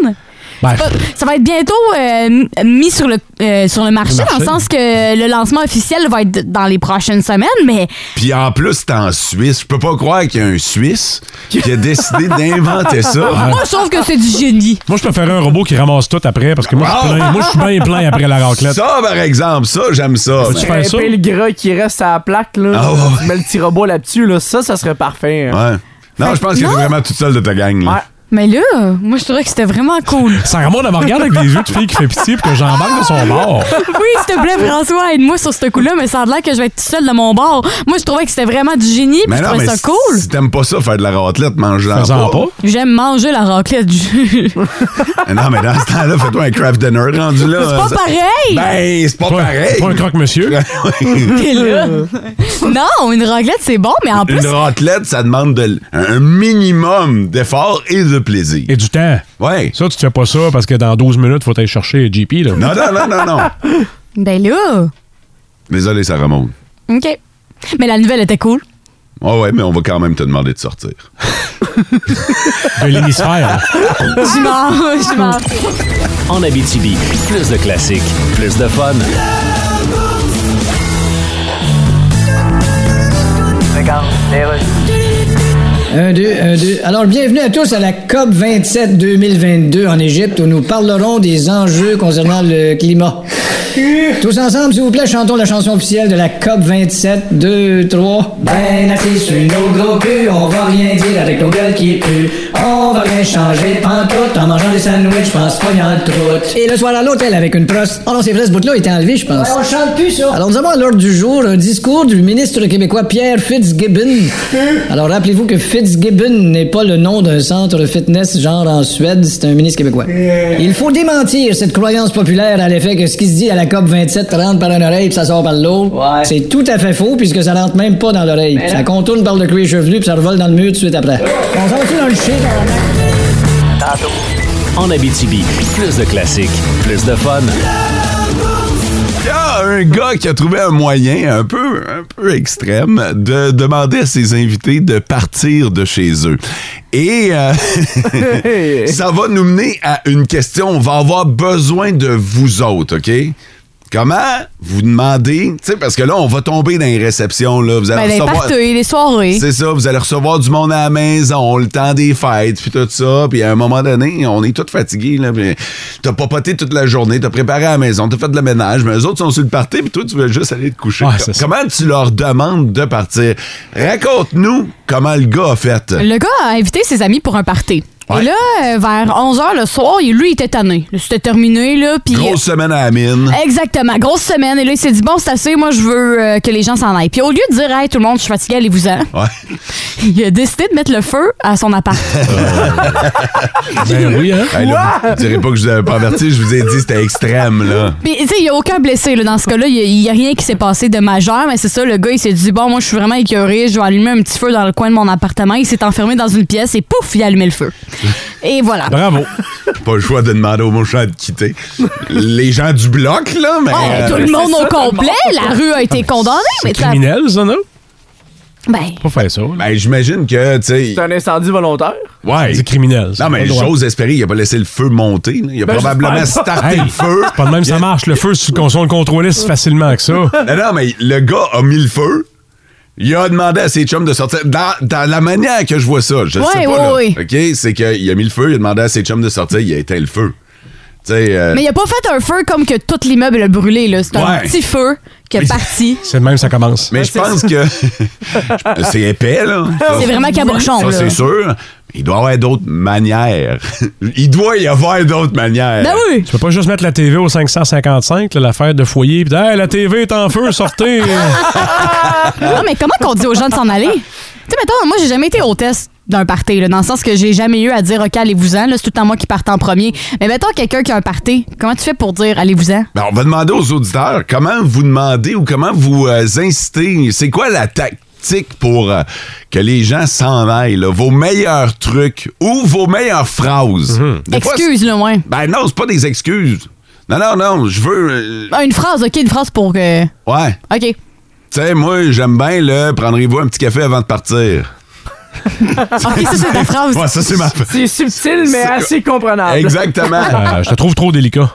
E: Ben,
D: Pas- Ça va être bientôt euh, mis sur le, euh, sur le marché,
C: Le marché.
D: dans le sens que le lancement officiel va être dans les prochaines semaines, mais
C: Puis en plus, c'est en Suisse. Je peux pas croire qu'il y a un Suisse qui a décidé d'inventer Ah, ça.
D: Ah, Moi, je trouve que c'est du génie.
E: Moi, je préférais un robot qui ramasse tout après, parce que moi, je suis
C: Ah.
E: plein- moi, je suis bien plein après la raclette.
C: Ça, par exemple, ça, j'aime Ah, ça.
E: tu
D: ben,
E: fais ça?
F: Crêper le gras qui reste à la plaque, là.
C: Ah ouais.
F: Tu mets le petit robot là-dessus, là. Ça, ça serait parfait. hein.
C: Ouais. Non, je pense que t'es vraiment toute seule de ta gang. là.
D: Mais là, moi, je trouvais que c'était vraiment cool.
E: Ça remonte à me regarde avec des yeux de fille qui fait pitié puis que j'embarque de son
C: Oh.
E: bord.
D: Oui, s'il te plaît, François, aide-moi sur ce coup-là, mais ça a l'air que je vais être toute seule de mon bord. Moi, je trouvais que c'était vraiment du génie, puis je
C: non,
D: trouvais ça
C: si-
D: cool.
C: si t'aimes pas ça, faire de la raclette, mange-la
E: Fais-en
D: J'aime manger la raclette. C'est
C: Mais Non, mais dans ce temps-là, fais-toi un craft dinner rendu là.
D: pas
C: Ça-
D: pareil!
C: Ben, c'est pas pareil.
E: Pas un croque-monsieur.
D: T'es là. non, une raclette, c'est bon, mais en plus,
C: Une raclette, ça demande de l- un minimum d'effort et de plaisir.
E: Et du temps.
C: Ouais.
E: Ça, tu fais pas ça parce que dans 12 minutes, faut aller chercher JP. Là.
C: Non, non, non, non, non.
D: ben là,
C: Désolé, ça remonte.
D: OK. Mais la nouvelle était cool.
C: Ah ouais, mais on va quand même te demander de sortir.
E: De l'hémisphère.
D: Je m'en, je m'en.
B: En Abitibi, plus de classiques, plus de fun.
L: Un, deux, un, deux. Alors, bienvenue à tous à la COP 27 2022 en Égypte où nous parlerons des enjeux concernant le climat. Tous ensemble, s'il vous plaît, chantons la chanson officielle de la COP 27, 2, 3. Ben assis sur nos gros culs, on va rien dire avec nos gueules qui puent. On va rien changer pantoute en mangeant des sandwichs, pense pas y en tout. Et le soir à l'hôtel avec une prost. Oh non, c'est vrai, ce bout-là était enlevé, je pense. on chante plus ça. Alors, nous avons à l'ordre du jour un discours du ministre québécois Pierre Fitzgibbon. Alors, rappelez-vous que Fitzgibbon n'est pas le nom d'un centre fitness genre en Suède, c'est un ministre québécois. Il faut démentir cette croyance populaire à l'effet que ce qui se dit à la COP 27 rentre par une oreille puis ça sort par l'autre. C'est tout à fait faux puisque ça rentre même pas dans l'oreille. Ça contourne par le cuir chevelu puis ça revole dans le mur tout de suite après. On s'en fout dans le shit, on a-
B: En Abitibi, plus de classiques, plus de fun.
C: Il y a un gars qui a trouvé un moyen un peu, un peu extrême de demander à ses invités de partir de chez eux. Et euh, ça va nous mener à une question. On va avoir besoin de vous autres, OK? Comment vous demandez, tu sais, parce que là, on va tomber dans les réceptions, là. Vous
D: Ben,
C: allez
D: les
C: recevoir-
D: parties, les soirées.
C: c'est ça, vous allez recevoir du monde à la maison, le temps des fêtes, puis tout ça. Puis à un moment donné, on est tous fatigués. Là, puis t'as papoté toute la journée, t'as préparé à la maison, t'as fait de le ménage, mais eux autres sont sur le party, puis toi, tu veux juste aller te coucher.
E: Ouais, c'est ça.
C: comment tu leur demandes de partir? Raconte-nous comment le gars a fait.
D: Le gars a invité ses amis pour un party.
C: Ouais.
D: Et là, euh, vers 11h le soir, il- lui, il était tanné. C'était terminé, là, puis... euh,
C: Grosse semaine à la mine.
D: Exactement, grosse semaine. Et là, il s'est dit, bon, c'est assez, moi, je veux euh, que les gens s'en aillent. Puis au lieu de dire, hey, tout le monde, je suis fatigué, allez-vous-en,
C: Ouais.
D: il a décidé de mettre le feu à son appart.
E: Ben oui, hein?
C: Hey, là, vous direz pas que je vous avais pas averti, je vous ai dit c'était extrême, là.
D: Puis, tu sais, il n'y a aucun blessé. Là, dans ce cas-là, il n'y a, rien qui s'est passé de majeur, mais c'est ça, le gars, il s'est dit Bon, moi, je suis vraiment écœuré, je vais allumer un petit feu dans le coin de mon appartement. Il s'est enfermé dans une pièce et pouf, il a allumé le feu. Et voilà.
E: Bravo.
C: Pas le choix de demander aux marchands de quitter. Les gens du bloc, là, mais.
D: Oh,
C: euh,
D: tout le monde Ah, au complet, la rue a été condamnée, mais ça.
E: Criminel, ça, non?
D: Ben,
E: Pas faire ça. là.
C: ben, j'imagine que, tu sais.
F: C'est un incendie volontaire.
C: Ouais.
E: C'est criminel. ça.
C: Non, mais
E: Pas le droit.
C: j'ose espérer qu'il n'a pas laissé le feu monter. là. Il a
F: Ben,
C: probablement
F: j'espère pas.
C: starté le
E: Hey,
C: feu.
E: Pas de même, ça marche. Le feu, si tu- si on le contrôlait si facilement que ça.
C: Non, non, mais le gars a mis le feu. Il a demandé à ses chums de sortir. Dans, dans la manière que je vois ça, je
D: Ouais,
C: sais pas.
D: ouais, ouais.
C: là. OK? C'est qu'il a mis le feu, il a demandé à ses chums de sortir, il a éteint le feu. Tu sais. euh,
D: mais il a pas fait un feu comme que tout l'immeuble a brûlé. là. C'est un
C: Ouais.
D: petit feu qui est parti.
E: C'est de même, ça commence.
C: mais je pense que. c'est épais, là. Ça,
D: C'est vraiment cabochon.
C: Ça,
D: là.
C: c'est sûr. Il doit y avoir d'autres manières. il doit y avoir d'autres manières.
D: Ben oui!
E: Tu peux pas juste mettre la TV au 555, là, l'affaire de foyer, pis hey, la TV est en feu, sortez!
C: Ah.
D: Non, mais comment qu'on dit aux gens de s'en aller? Tu sais, mettons, moi, j'ai jamais été hôtesse d'un party, là, dans le sens que j'ai jamais eu à dire, OK, allez-vous-en, là, c'est tout le temps moi qui parte en premier. Mais mettons quelqu'un qui a un party, comment tu fais pour dire, allez-vous-en?
C: Ben, on va demander aux auditeurs comment vous demandez ou comment vous euh, incitez. C'est quoi la tactique pour euh, que les gens s'en aillent? là? Vos meilleurs trucs ou vos meilleures phrases?
E: Mhm.
C: Des fois,
D: Excuse, le moins.
C: c'est- ben non, c'est pas des excuses. Non, non, non, je veux... euh,
D: Ah, une phrase, OK, une phrase pour que.
C: ouais.
D: OK.
C: Tu sais, moi, j'aime bien le « prendrez-vous un petit café avant de partir ».
G: ok, ça, c'est ta phrase.
C: Ouais, ça, c'est ma phrase.
F: C'est subtil, mais
C: C'est-
F: assez comprenable.
C: Exactement.
E: Euh, je te trouve trop délicat.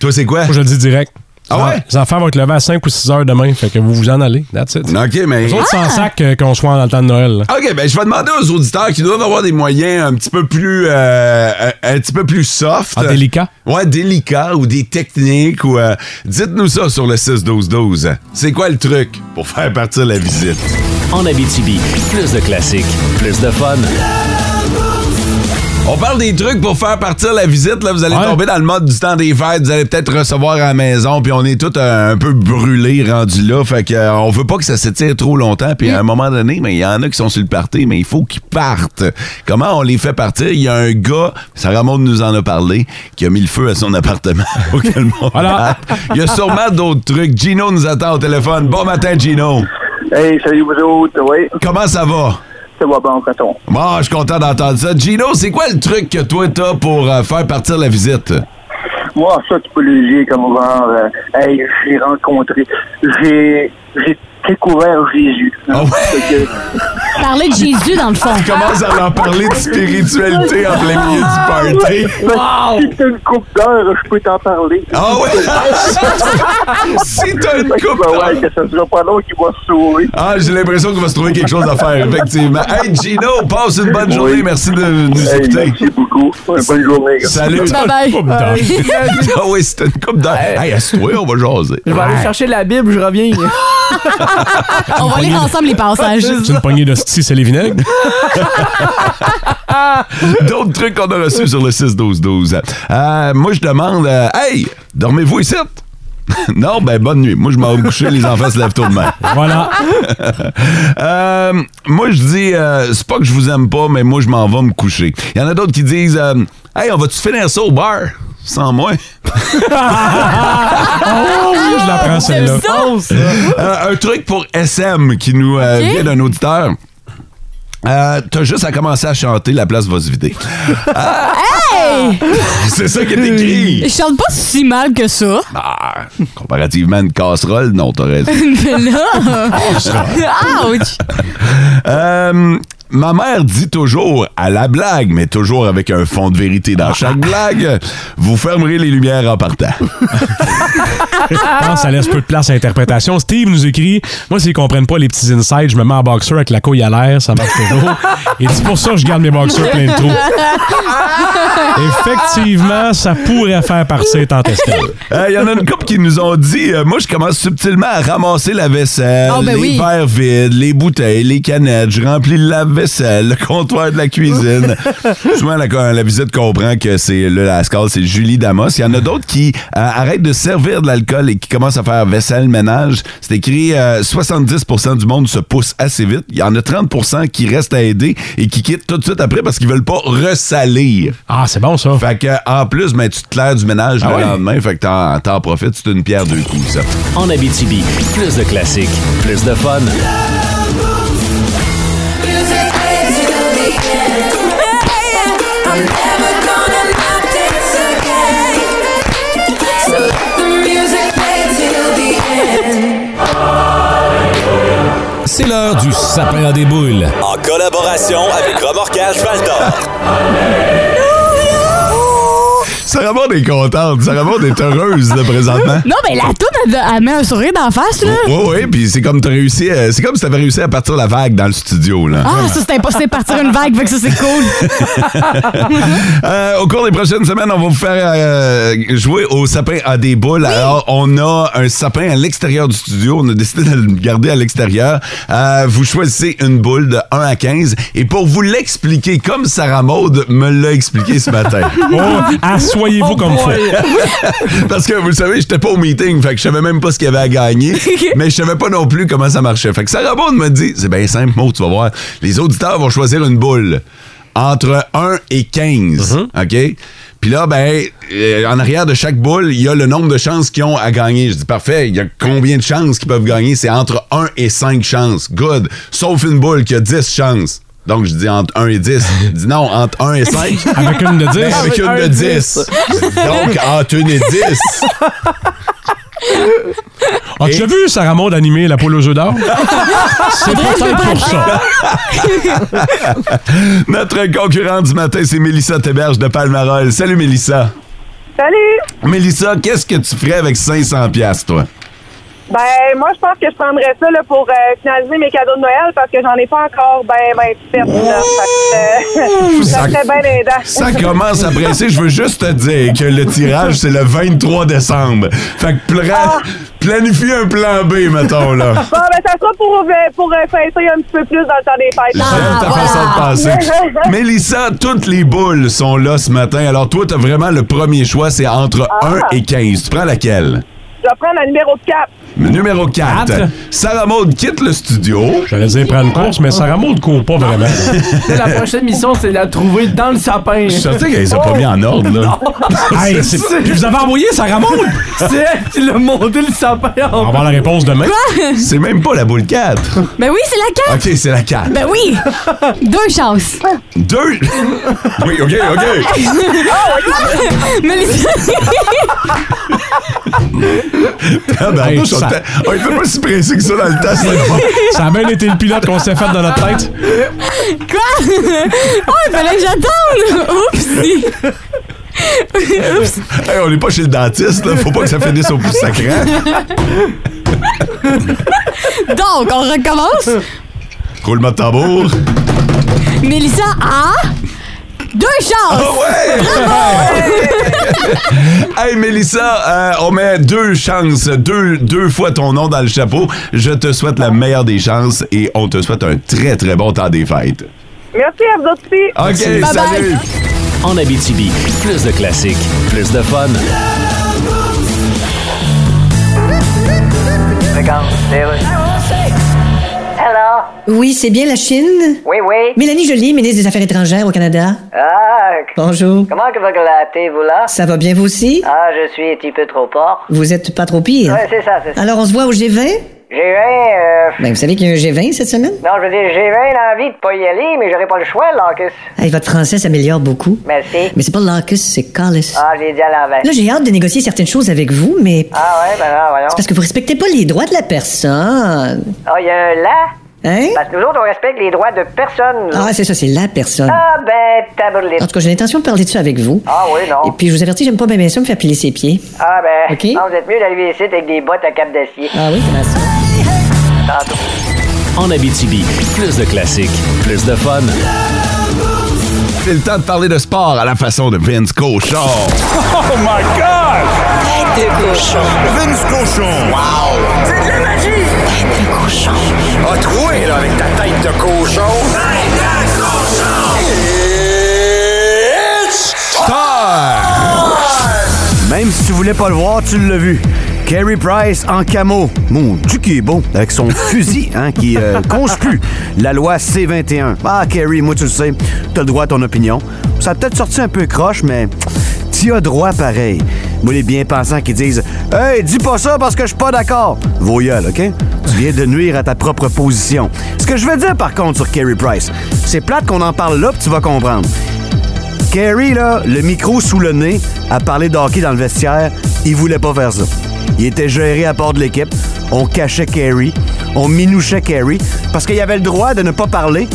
C: Toi, c'est quoi?
E: je le dis direct.
C: Ah ouais?
E: Les enfants vont être levés à 5 ou 6 heures demain. Fait que vous vous en allez. That's it.
C: OK, mais.
E: Les autres s'en sacent euh, qu'on soit dans le temps de Noël. là.
C: OK, ben je vais demander aux auditeurs qui doivent avoir des moyens un petit peu plus euh, un, un petit peu plus soft.
E: Ah, délicat?
C: Ouais, délicat ou des techniques ou euh, dites-nous ça sur le 6 12 12. C'est quoi le truc pour faire partir la visite
B: En Abitibi, plus de classiques, plus de fun.
C: On parle des trucs pour faire partir la visite. Là, vous allez
E: Ouais.
C: tomber dans le mode du temps des fêtes. Vous allez peut-être recevoir à la maison. Puis on est tous euh, un peu brûlés, rendus là. Fait que, euh, on veut pas que ça s'étire trop longtemps. Puis à un moment donné, mais il y en a qui sont sur le party, mais il faut qu'ils partent. Comment on les fait partir? Il y a un gars, Sarah Maud nous en a parlé, qui a mis le feu à son appartement. Auquel moment
E: Voilà.
C: Il y a sûrement d'autres trucs. Gino nous attend au téléphone. Bon matin, Gino.
M: Hey, salut vous autres. Oui,
C: Comment ça va?
M: ça va bon, coton.
C: Bon, je suis content d'entendre ça. Gino, c'est quoi le truc que toi t'as pour euh, faire partir la visite?
M: Moi, ça, tu peux le dire comme genre, euh, hey, je l'ai rencontré. J'ai, j'ai découvert Jésus.
C: Ah
M: ouais?
G: Parler de Jésus, dans le fond.
C: commence à leur parler de spiritualité en plein milieu
M: Ah
C: du party.
M: Wow! Si t'as une coupe d'heure, je peux t'en parler.
C: Ah ouais? si t'as une coupe
M: Ben
C: d'heure.
M: ouais, que ça sera pas long qu'il va se sauver.
C: Ah, j'ai l'impression qu'on va se trouver quelque chose à faire, effectivement. Hey, Gino, passe une bonne journée. Merci de nous
M: Hey,
C: écouter.
M: merci beaucoup. Bonne journée. gars.
C: Salut.
G: Bye-bye.
E: Oh, putain.
C: Ah oui, c'était une coupe d'heure. Hey, assis-toi, on va jaser.
F: Je vais aller chercher la Bible, je reviens.
G: On va lire ensemble les passages.
E: C'est une poignée de sti, c'est les vinaigres.
C: D'autres trucs qu'on a reçus sur le 6-12-12. Euh, moi, je demande euh, Hey, dormez-vous ici? non, ben bonne nuit. Moi, je m'en vais me coucher, les enfants se lèvent tôt demain.
E: Voilà.
C: Euh, moi, je dis, euh, c'est pas que je vous aime pas, mais moi, je m'en vais me coucher. Il y en a d'autres qui disent, euh, hey, on va-tu finir ça au bar? Sans moi.
E: Oh oui, je la prends celle-là.
C: Euh, un truc pour SM qui nous euh, vient d'un auditeur. Euh, T'as juste à commencer à chanter, la place va se vider.
G: Hey!
C: c'est ça qui est écrit.
G: Je chante pas si mal que ça.
C: Ah, comparativement à une casserole, non, t'as raison.
G: Mais
C: Ah,
D: Ah,
G: là. Ouch!
C: Euh, ma mère dit toujours à la blague, mais toujours avec un fond de vérité dans chaque blague, vous fermerez les lumières en partant.
E: Je pense que ça laisse peu de place à l'interprétation. Steve nous écrit Moi, s'ils comprennent pas les petits insides, je me mets en boxer avec la couille à l'air, ça marche toujours. Et c'est pour ça que je garde mes boxers plein de trous. Effectivement, ça pourrait faire partir tant estelle.
C: Il Euh, y en a une couple qui nous ont dit euh, Moi, je commence subtilement à ramasser la vaisselle,
G: Ah, ben
C: les
G: oui.
C: verres vides, les bouteilles, les canettes. Je remplis le lave-vaisselle, le comptoir de la cuisine. Souvent, la, la visite comprend que c'est le Lascal, c'est Julie Damos. Il y en a d'autres qui euh, arrêtent de servir de l'alcool et qui commencent à faire vaisselle, ménage. C'est écrit euh, 70 du monde se pousse assez vite. Il y en a 30 qui restent à aider et qui quittent tout de suite après parce qu'ils veulent pas ressalir.
E: Ah, c'est bon ça.
C: Fait que, en plus, ben, tu te claires du ménage
E: Ah
C: le
E: ouais?
C: lendemain. Fait que t'en, t'en profites, c'est une pierre deux coups, ça.
B: En Abitibi, plus de classiques, plus de fun.
N: C'est l'heure du sapin à des boules.
B: En collaboration avec Remorquage Valdor.
C: Sarah Maud est contente. Sarah Maud est heureuse, là, présentement.
G: Non, mais la toune, elle, elle met un sourire d'en face, là.
C: Oui, oui, puis c'est comme t'as réussi. euh, c'est comme si t'avais réussi à partir la vague dans le studio, là.
G: Ah, ça, c'est impossible de partir une vague, fait que ça, c'est cool.
C: Euh, au cours des prochaines semaines, on va vous faire euh, jouer au sapin à des boules. Alors, on a un sapin à l'extérieur du studio. On a décidé de le garder à l'extérieur. Euh, vous choisissez une boule de 1 à 15. Et pour vous l'expliquer, comme Sarah Maud me l'a expliqué ce matin.
E: Oh, assoyez-vous comme fou.
C: Parce que vous le savez, j'étais pas au meeting, fait que je savais même pas ce qu'il y avait à gagner, mais je savais pas non plus comment ça marchait. Fait que Sarah Bond me dit, c'est bien simple, Maud, tu vas voir, les auditeurs vont choisir une boule entre 1 et 15, OK? Puis là, ben, euh, en arrière de chaque boule, il y a le nombre de chances qu'ils ont à gagner. Je dis, parfait, il y a combien de chances qu'ils peuvent gagner? C'est entre 1 et 5 chances. Good. Sauf une boule qui a 10 chances. Donc, je dis entre 1 et 10. Je dis non, entre 1 et 5.
E: Avec une de 10.
C: Mais avec une de 10. Donc, entre une et 10.
E: As-tu déjà vu Sarah Maud animer La poule aux œufs d'or? C'est peut-être pour ça.
C: Notre concurrente du matin, c'est Mélissa Théberge de Palmarol. Salut, Mélissa.
O: Salut!
C: Mélissa, qu'est-ce que tu ferais avec 500 pièces, toi?
O: Ben, moi, je pense que je prendrais ça là, pour euh, finaliser mes cadeaux de Noël parce que j'en ai pas encore ben, ben, fait. Là, Fait que, euh, ça
C: Ça-
O: serait bien aidant.
C: Ça commence à presser. Je veux juste te dire que le tirage, c'est le 23 décembre. Fait que pla- planifie un plan B, mettons,
O: Bon,
C: là.
O: ben, ça sera pour, euh, pour euh, fêter un petit peu plus dans le temps des fêtes.
C: J'aime ta façon de penser. Mélissa, toutes les boules sont là ce matin. Alors, toi, t'as vraiment le premier choix, c'est entre
O: Ah.
C: 1 et 15. Tu prends laquelle?
O: Je vais prendre un numéro de cap.
C: Numéro 4.
E: Quatre.
C: Sarah Maud quitte le studio.
E: J'allais dire prendre une course, mais Sarah Maud court pas vraiment.
F: La prochaine mission, c'est de la trouver dans le sapin. Oh, Je
C: sais qu'elle les a pas mis en ordre, là.
E: Hey, c'est- Puis vous avez envoyé Sarah Maud?
F: C'est elle qui l'a monté le sapin
E: On va avoir la réponse demain.
G: Quoi?
C: C'est même pas la boule 4.
G: Ben oui, c'est la
C: OK, c'est la 4.
G: Ben oui! Deux chances.
C: Deux. Oui,
P: Ah,
G: Oh,
C: OK,
G: Ah,
C: OK.
G: Mélissa.
C: Tabarnouche,
E: Hey,
C: Ah, ben, on
E: ça-
C: était- on était Oh, pas si pressé que ça dans le temps, c'est bon.
E: Ça a bien été le pilote qu'on s'est fait dans notre tête.
G: Quoi? Oh, il fallait que j'attende! Oups! Oups!
C: Hey, on n'est pas chez le dentiste, là. Faut pas que ça finisse au plus sacré. hein?
G: Donc, on recommence.
C: Roulement de tambour.
G: Mélissa a deux chances!
C: Ah ouais! Hey, Mélissa, euh, on met deux chances, deux, deux fois ton nom dans le chapeau. Je te souhaite la meilleure des chances et on te souhaite un très, très bon temps des fêtes.
O: Merci à vous aussi.
C: OK, salut!
B: En Abitibi, plus de classiques, plus de fun.
H: Alors? Oui, c'est bien la Chine?
L: Oui, oui.
H: Mélanie Joly, ministre des Affaires étrangères au Canada.
L: Ah,
H: Bonjour.
L: comment que va que la thé, vous là?
H: Ça va bien vous aussi?
L: Ah, je suis un petit peu trop fort.
H: Vous êtes pas trop pire?
L: Ouais, c'est ça, c'est ça.
H: Alors, on se voit au G20?
L: J'ai rien, euh...
H: Ben, vous savez qu'il y a un G20 cette semaine?
L: Non, je veux dire, j'ai bien envie de pas y aller, mais j'aurais pas le choix, Lacus.
H: Hey, votre français s'améliore beaucoup.
L: Merci.
H: Mais c'est pas Lacus, c'est Callis.
L: Ah, j'ai dit à l'envers.
H: Là, j'ai hâte de négocier certaines choses avec vous, mais
L: Ah ouais, ben là, voyons.
H: c'est parce que vous respectez pas les droits de la personne.
L: Ah, il y a un là?
H: Hein?
L: Parce que nous autres, on respecte les droits de personne. nous
H: Ah,
L: autres.
H: c'est ça, c'est la personne.
L: Ah, ben, taboulé.
H: En tout cas, j'ai l'intention de parler de ça avec vous.
L: Ah oui, non.
H: Et puis, je vous avertis, j'aime pas bien, bien ça me faire piler ses pieds.
L: Ah, ben,
H: Ok.
L: non, vous êtes mieux d'arriver ici avec des bottes à cap d'acier.
H: Ah oui, c'est ça.
L: Tantôt.
B: En Abitibi, plus de classiques, plus de fun.
C: C'est le temps de parler de sport à la façon de Vince Cochon.
P: Oh my God! Tête de cochon. Vince cochon. Wow! C'est de la magie! Tête de cochon. Ah, troué, là, avec ta tête de cochon. Tête de cochon! It's
Q: Même si tu voulais pas le voir, tu l'as vu. Carey Price en camo. Mon Dieu qui est bon. Avec son fusil, hein, qui euh, conspue la loi C-21. Ah, Carey, moi, tu le sais, t'as le droit à ton opinion. Ça a peut-être sorti un peu croche, mais t'y as droit pareil. Moi, les bien-pensants qui disent « Hey, dis pas ça parce que je suis pas d'accord! » Voyelle, OK? Tu viens de nuire à ta propre position. Ce que je veux dire, par contre, sur Carey Price, c'est plate qu'on en parle là, puis tu vas comprendre. Kerry, là, le micro sous le nez, a parlé d'hockey dans le vestiaire. Il voulait pas faire ça. Il était géré à part de l'équipe. On cachait Kerry. On minouchait Kerry. Parce qu'il avait le droit de ne pas parler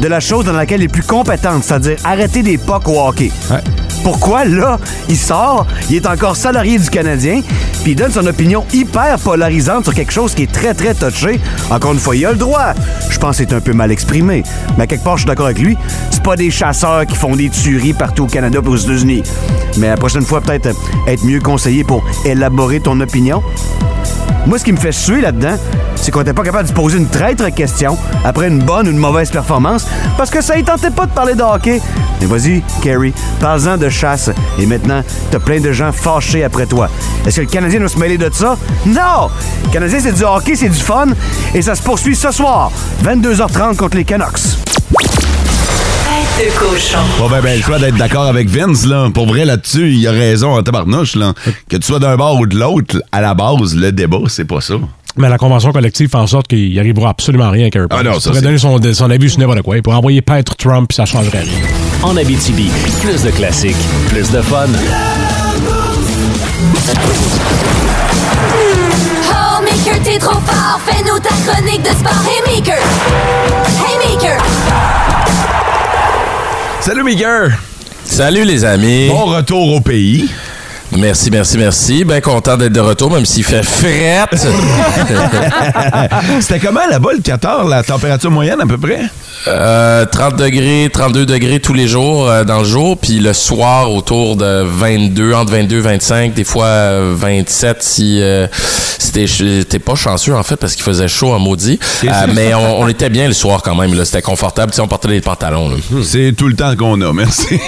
Q: de la chose dans laquelle il est plus compétent, c'est-à-dire arrêter des pucks au hockey. Pourquoi, là, il sort, il est encore salarié du Canadien, puis il donne son opinion hyper polarisante sur quelque chose qui est très, très touché. Encore une fois, il a le droit. Je pense que c'est un peu mal exprimé, mais à quelque part, je suis d'accord avec lui. C'est pas des chasseurs qui font des tueries partout au Canada et aux États-Unis. Mais la prochaine fois, peut-être euh, être mieux conseillé pour élaborer ton opinion. Moi, ce qui me fait suer là-dedans, c'est qu'on n'était pas capable de se poser une traître question après une bonne ou une mauvaise performance parce que ça ne tentait pas de parler de hockey. Mais vas-y, Kerry, parle-en de chasse. Et maintenant, t'as plein de gens fâchés après toi. Est-ce que le Canadien doit se mêler de ça? Non! Le Canadien, c'est du hockey, c'est du fun. Et ça se poursuit ce soir, 22h30 contre les Canucks.
P: Tête de cochon.
C: Bon, ben, ben, le choix d'être d'accord avec Vince, là. Pour vrai, là-dessus, il a raison en tabarnouche, là. Que tu sois d'un bord ou de l'autre, à la base, le débat, c'est pas ça.
E: Mais la convention collective fait en sorte qu'il n'y arrivera absolument rien à Carey Price.
C: Ah non, ça,
E: il pourrait
C: c'est-
E: donner son, son avis sur n'importe quoi. Il pourrait envoyer Petre Trump, puis ça changerait rien.
B: En Abitibi, plus de classiques, plus de fun.
A: Hold me
R: Maker, t'es trop fort. Fais-nous ta chronique de sport. Hey, Maker! Hey, Maker!
C: Salut, Miguel!
S: Salut, les amis!
C: Bon retour au pays!
S: Merci, merci, merci. Bien content d'être de retour, même s'il fait frette.
C: C'était comment là-bas le 14, la température moyenne à peu près?
S: Euh, 30 degrés, 32 degrés tous les jours euh, dans le jour, puis le soir autour de 22, entre 22, 25, des fois euh, 27 si, euh, si t'es ch- t'es pas chanceux en fait parce qu'il faisait chaud à maudit. Euh, mais on, on était bien le soir quand même, là. c'était confortable, Tu sais, on portait des pantalons.
C: C'est tout le temps qu'on a, merci.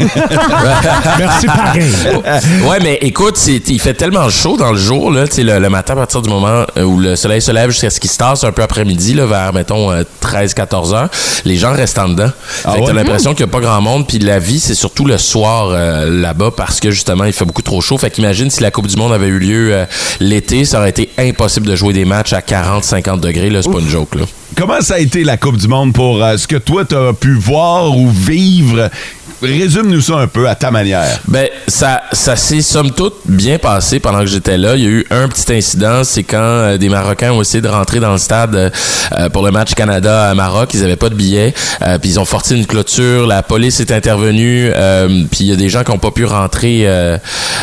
S: Merci pareil. Ouais, mais écoute, c'est- il fait tellement chaud dans le jour, là, tu sais, le, le matin à partir du moment euh, où le soleil se lève jusqu'à ce qu'il se tasse un peu après-midi, là, vers, mettons, 13-14 heures, les gens restent en dedans.
C: Ah
S: fait que
C: ouais?
S: t'as l'impression qu'il n'y a pas grand monde, puis la vie, c'est surtout le soir euh, là-bas parce que justement, il fait beaucoup trop chaud. Fait qu'imagine si la Coupe du Monde avait eu lieu euh, l'été, ça aurait été impossible de jouer des matchs à 40-50 degrés, là, c'est pas une joke, là.
C: Comment ça a été la Coupe du Monde pour euh, ce que toi t'as pu voir ou vivre? Résume-nous ça un peu à ta manière.
S: Ben, ça, ça s'est somme toute bien passé pendant que j'étais là. Il y a eu un petit incident, c'est quand euh, des Marocains ont essayé de rentrer dans le stade euh, euh, pour le match Canada à Maroc. Ils avaient pas de billets, euh, puis ils ont forcé une clôture. La police est intervenue, euh, puis il y a des gens qui n'ont pas pu rentrer, euh,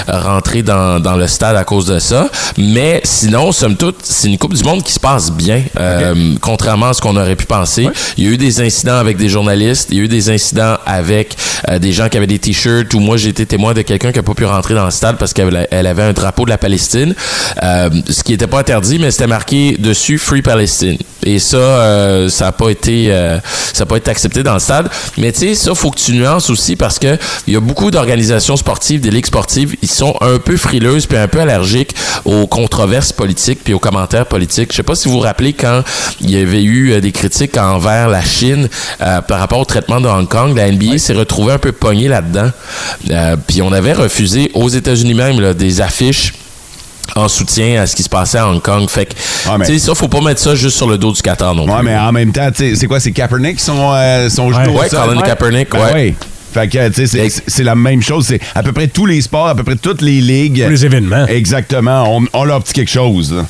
S: rentrer dans, dans le stade à cause de ça. Mais sinon, somme toute, c'est une Coupe du Monde qui se passe bien, euh, contrairement à ce qu'on aurait pu penser. Il y a eu des incidents avec des journalistes, il y a eu des incidents avec euh, des gens qui avaient des t-shirts ou moi j'ai été témoin de quelqu'un qui a pas pu rentrer dans le stade parce qu'elle a- elle avait un drapeau de la Palestine, euh, ce qui était pas interdit mais c'était marqué dessus Free Palestine. Et ça, euh, ça a pas été, euh, ça a pas été accepté dans le stade. Mais tu sais, ça faut que tu nuances aussi parce que il y a beaucoup d'organisations sportives, des ligues sportives, ils sont un peu frileuses puis un peu allergiques aux controverses politiques puis aux commentaires politiques. Je sais pas si vous vous rappelez quand il y avait eu euh, des critiques envers la Chine euh, par rapport au traitement de Hong Kong, la NBA s'est retrouvée un peu pognée là-dedans. Euh, puis on avait refusé aux États-Unis même là, des affiches en soutien à ce qui se passait à Hong Kong. Fait que,
C: mais-
S: tu sais, ça, faut pas mettre ça juste sur le dos du Qatar non
C: Ouais,
S: plus.
C: mais en même temps, tu sais, c'est quoi, c'est Kaepernick son, euh, son genou au
S: Ouais,
C: sol?
S: Colin Kaepernick,
C: Ben
S: ouais.
C: Fait que, tu sais, c'est- c'est- c'est la même chose. C'est à peu près tous les sports, à peu près toutes les ligues. Tous les
E: événements.
C: Exactement. On, on leur petit quelque chose. là.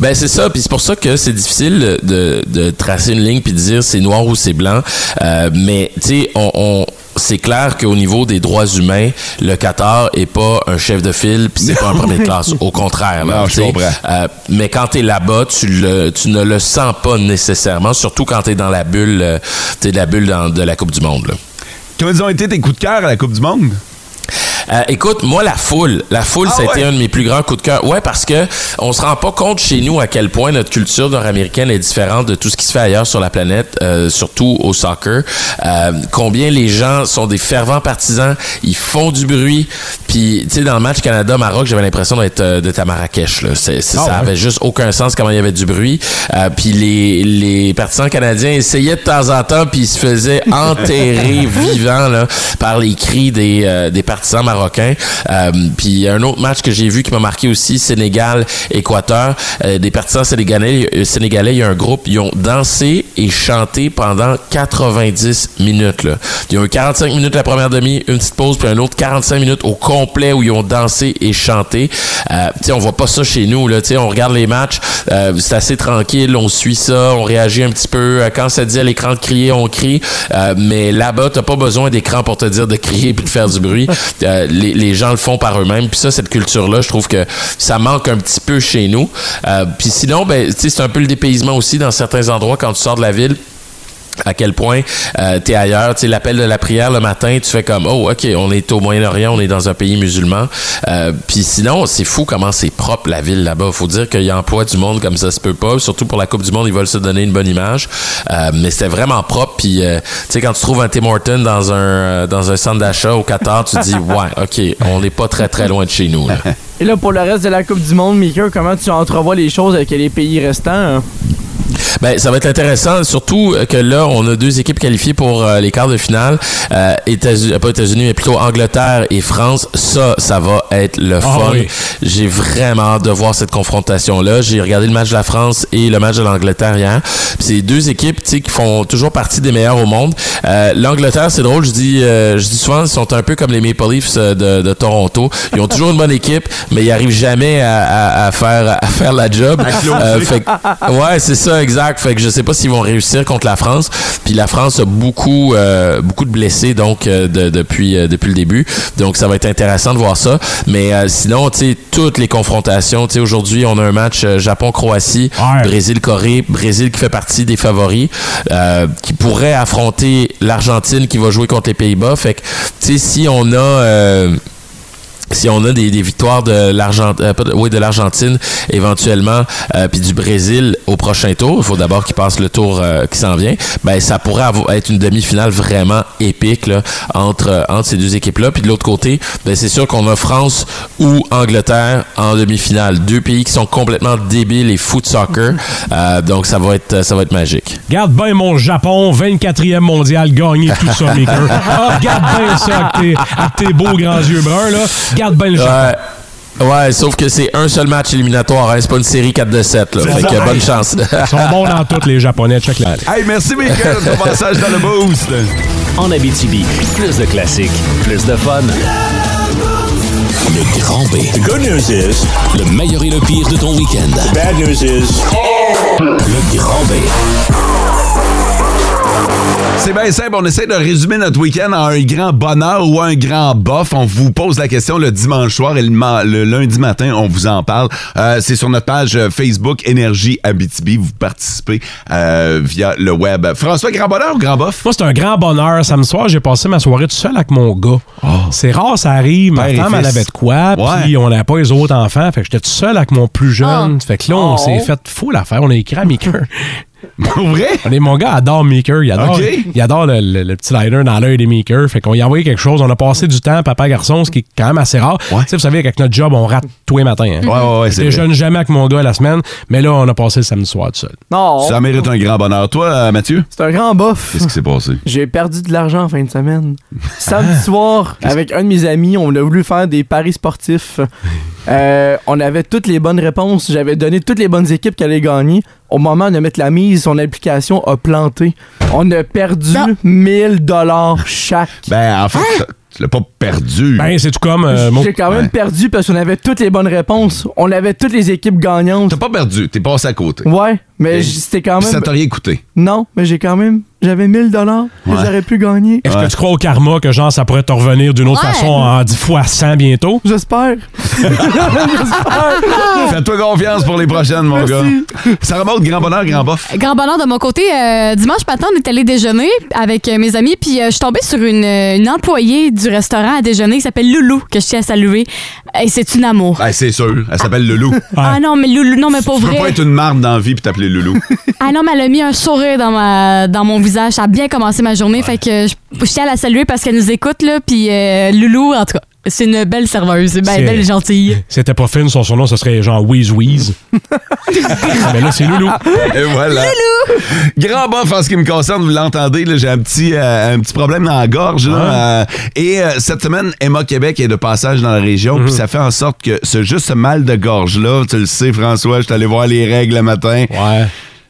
S: Ben c'est ça, puis c'est pour ça que c'est difficile de, de tracer une ligne puis de dire c'est noir ou c'est blanc. Euh, mais tu sais, on, on- c'est clair qu'au niveau des droits humains, le Qatar est pas un chef de file puis c'est pas un premier de classe. Au contraire. là,
C: Non, je
S: tu sais.
C: comprends.
S: Euh, mais quand t'es là-bas, tu, le, tu ne le sens pas nécessairement, surtout quand t'es dans la bulle, euh, t'es de la bulle dans- de la Coupe du Monde. Là.
C: Quels ont été tes coups de cœur à la Coupe du Monde?
S: Euh, écoute, moi, la foule, la foule,
C: Ah
S: ça a été
C: ouais?
S: un de mes plus grands coups de cœur. Ouais, parce que on se rend pas compte chez nous à quel point notre culture nord-américaine est différente de tout ce qui se fait ailleurs sur la planète, euh, surtout au soccer. Euh, combien les gens sont des fervents partisans, ils font du bruit. Puis, tu sais, dans le match Canada-Maroc, j'avais l'impression d'être euh, d'être à Marrakech. Là. C'est- c'est-
T: Ah
S: ça
T: ouais?
S: avait juste aucun sens comment il y avait du bruit. Euh, puis les, les partisans canadiens essayaient de temps en temps, puis ils se faisaient enterrer vivant là, par les cris des, euh, des partisans marocains. Euh, puis un autre match que j'ai vu qui m'a marqué aussi, Sénégal-Équateur. Euh, des partisans sénégalais, euh, sénégalais, il y a un groupe, ils ont dansé et chanté pendant 90 minutes. Là. Ils ont eu 45 minutes la première demi, une petite pause, puis un autre 45 minutes au complet où ils ont dansé et chanté. Euh, tu sais, on voit pas ça chez nous. Là, Tu sais, on regarde les matchs, euh, c'est assez tranquille, on suit ça, on réagit un petit peu. Euh, Quand ça dit à l'écran de crier, on crie. Euh, mais là-bas, t'as pas besoin d'écran pour te dire de crier puis de faire du bruit. Euh, les, les gens le font par eux-mêmes. Puis ça, cette culture-là, je trouve que ça manque un petit peu chez nous. Euh, puis sinon, ben, tu sais, c'est un peu le dépaysement aussi dans certains endroits quand tu sors de la ville à quel point euh, t'es ailleurs, tu sais, l'appel de la prière le matin, tu fais comme oh ok, on est au Moyen-Orient, on est dans un pays musulman, Euh, puis sinon c'est fou comment c'est propre la ville là-bas. Faut dire qu'il y a emploi du monde comme ça se peut pas, surtout pour la Coupe du Monde ils veulent se donner une bonne image, Euh, mais c'était vraiment propre. Puis euh, tu sais quand tu trouves un Tim Horton dans un euh, dans un centre d'achat au Qatar, tu te dis ouais ok, on n'est pas très très loin de chez nous. là.
F: Et là, pour le reste de la Coupe du Monde, Maker, comment tu entrevois les choses avec les pays restants? hein?
S: Ben, ça va être intéressant, surtout que là, on a deux équipes qualifiées pour euh, les quarts de finale. Euh, États-Unis, pas États-Unis, mais plutôt Angleterre et France. Ça, ça va être le
E: Ah
S: fun.
E: oui.
S: J'ai vraiment hâte de voir cette confrontation-là. J'ai regardé le match de la France et le match de l'Angleterre hier. Puis C'est deux équipes tu sais, qui font toujours partie des meilleures au monde. Euh, L'Angleterre, c'est drôle, je dis, euh, je dis souvent, ils sont un peu comme les Maple Leafs euh, de, de Toronto. Ils ont toujours une bonne équipe, mais ils n'arrivent jamais à, à- à faire, à faire la job. Euh,
P: À closer.
S: fait que- ouais, c'est ça, exact. Fait que je sais pas s'ils vont réussir contre la France. Puis la France a beaucoup, euh, beaucoup de blessés donc euh, de- depuis, euh, depuis le début. Donc ça va être intéressant de voir ça. Mais euh, sinon, tu sais, toutes les confrontations. Tu sais, aujourd'hui, on a un match euh, Japon-Croatie, Brésil-Corée, Brésil qui fait partie des favoris, euh, qui pourrait affronter l'Argentine qui va jouer contre les Pays-Bas. Fait que, tu sais, si on a euh, si on a des, des victoires de l'Argentine, oui, de l'Argentine éventuellement, euh, puis du Brésil au prochain tour, il faut d'abord qu'ils passent le tour euh, qui s'en vient. Ben ça pourrait avo- être une demi-finale vraiment épique là, entre euh, entre ces deux équipes là. Puis de l'autre côté, ben c'est sûr qu'on a France ou Angleterre en demi-finale, deux pays qui sont complètement débiles et fous de soccer. Euh, donc ça va être ça va être magique.
E: Regarde bien mon Japon, 24e mondial, gagné tout ça, Maker. Ah, regarde bien ça avec tes, avec tes beaux grands yeux bruns, là. Regarde bien le Japon.
S: Ouais. Ouais, sauf que c'est un seul match éliminatoire, hein, c'est pas une série 4 de 7 là.
E: C'est
S: Fait
E: ça.
S: que bonne chance.
E: Ils sont bons dans toutes, les Japonais. Check la
C: Hey, merci, Michael, de ton passage dans le boost.
B: En Abitibi, plus de classiques, plus de fun. Le grand B. The good news is... Le meilleur et le pire de ton week-end. The bad news is... Le grand B.
C: C'est bien simple, on essaie de résumer notre week-end en un grand bonheur ou un grand bof. On vous pose la question le dimanche soir et le, ma- le lundi matin, on vous en parle. Euh, c'est sur notre page euh, Facebook Énergie Abitibi. Vous participez euh, via le web. François, grand bonheur ou grand bof?
E: Moi, c'est un grand bonheur. Samedi soir, j'ai passé ma soirée tout seul avec mon gars. C'est rare, ça arrive. Ma
C: Père et
E: femme, elle
C: Ah. Ben, fils.
E: avait de quoi, puis on n'avait pas les autres enfants. Fait que j'étais tout seul avec mon plus jeune. Fait que là, on
C: Oh.
E: s'est fait fou l'affaire. On a écrit à Maker.
C: Pour vrai?
E: mon gars adore Maker. Il adore,
C: Ok.
E: il adore le, le- le petit liner dans l'œil des Maker. Fait qu'on y a envoyé quelque chose. On a passé du temps, papa garçon, ce qui est quand même assez rare. Tu sais, vous savez, avec notre job, on rate tous les matins. hein.
C: Ouais, ouais, ouais,
E: Je
C: c'est
E: déjeune jamais avec mon gars la semaine, mais là, on a passé le samedi soir tout seul.
F: Non.
C: Ça mérite un grand bonheur. Toi, euh, Mathieu?
F: C'est un grand bof.
C: Qu'est-ce qui s'est passé?
F: J'ai perdu de l'argent en fin de semaine. Samedi soir, avec un de mes amis, on a voulu faire des paris sportifs. Euh, on avait toutes les bonnes réponses. J'avais donné toutes les bonnes équipes qui allaient gagner. Au moment de mettre la mise, son application a planté. On a perdu 1000 dollars chaque.
C: Ben, en fait, tu l'as pas perdu.
E: Ben, c'est tout comme.
F: J'ai quand même perdu parce qu'on avait toutes les bonnes réponses. On avait toutes les équipes gagnantes. T'as
C: pas perdu, t'es passé à côté.
F: Ouais, mais
C: Et-
F: j- c'était quand
C: Puis
F: même.
C: Ça t'a rien coûté.
F: Non, mais j'ai quand même. J'avais 1000 dollars que
E: Ouais.
F: j'aurais pu gagner.
E: Est-ce que tu crois au karma que genre ça pourrait te revenir d'une autre
F: Ouais.
E: façon en 10 fois 100 bientôt?
F: J'espère.
C: Fais-toi confiance pour les prochaines, mon gars. Ça remonte grand bonheur, grand bof.
D: Grand bonheur de mon côté, euh, dimanche matin, on est allé déjeuner avec euh, mes amis, puis euh, je suis tombée sur une, euh, une employée du restaurant à déjeuner qui s'appelle Loulou, que je tiens à saluer. Et c'est une amour.
C: Ben, c'est sûr, elle s'appelle Loulou.
D: Ah non, mais Loulou, non, mais pas
C: Tu peux
D: vrai.
C: pas être une marde dans la vie puis t'appeler Loulou.
D: Ah non, mais elle a mis un sourire dans, ma, dans mon visage. Ça a bien commencé ma journée. Fait que je, je tiens à la saluer parce qu'elle nous écoute, là. Puis euh, Loulou, en tout cas, c'est une belle serveuse. C'est bien
E: C'est-
D: belle et gentille.
E: C'était pas fine, son surnom, ce serait genre Wheeze Wheeze. Mais là, c'est Loulou.
C: Et voilà. Grand bof en ce qui me concerne, vous l'entendez, là, j'ai un petit, euh, un petit problème dans la gorge.
D: Ah.
C: là, euh, et euh, cette semaine, Emma Québec est de passage dans la
D: Mhm.
C: région, puis ça fait en sorte que ce juste ce mal de gorge-là, tu le sais, François, je suis allé voir les règles le matin.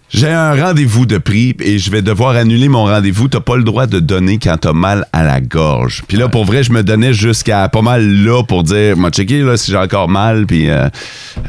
C: J'ai un rendez-vous de prix et je vais devoir annuler mon rendez-vous. T'as pas le droit de donner quand t'as mal à la gorge. Puis là, pour vrai, je me donnais jusqu'à pas mal là pour dire, m'a checké là, si j'ai encore mal. Puis euh,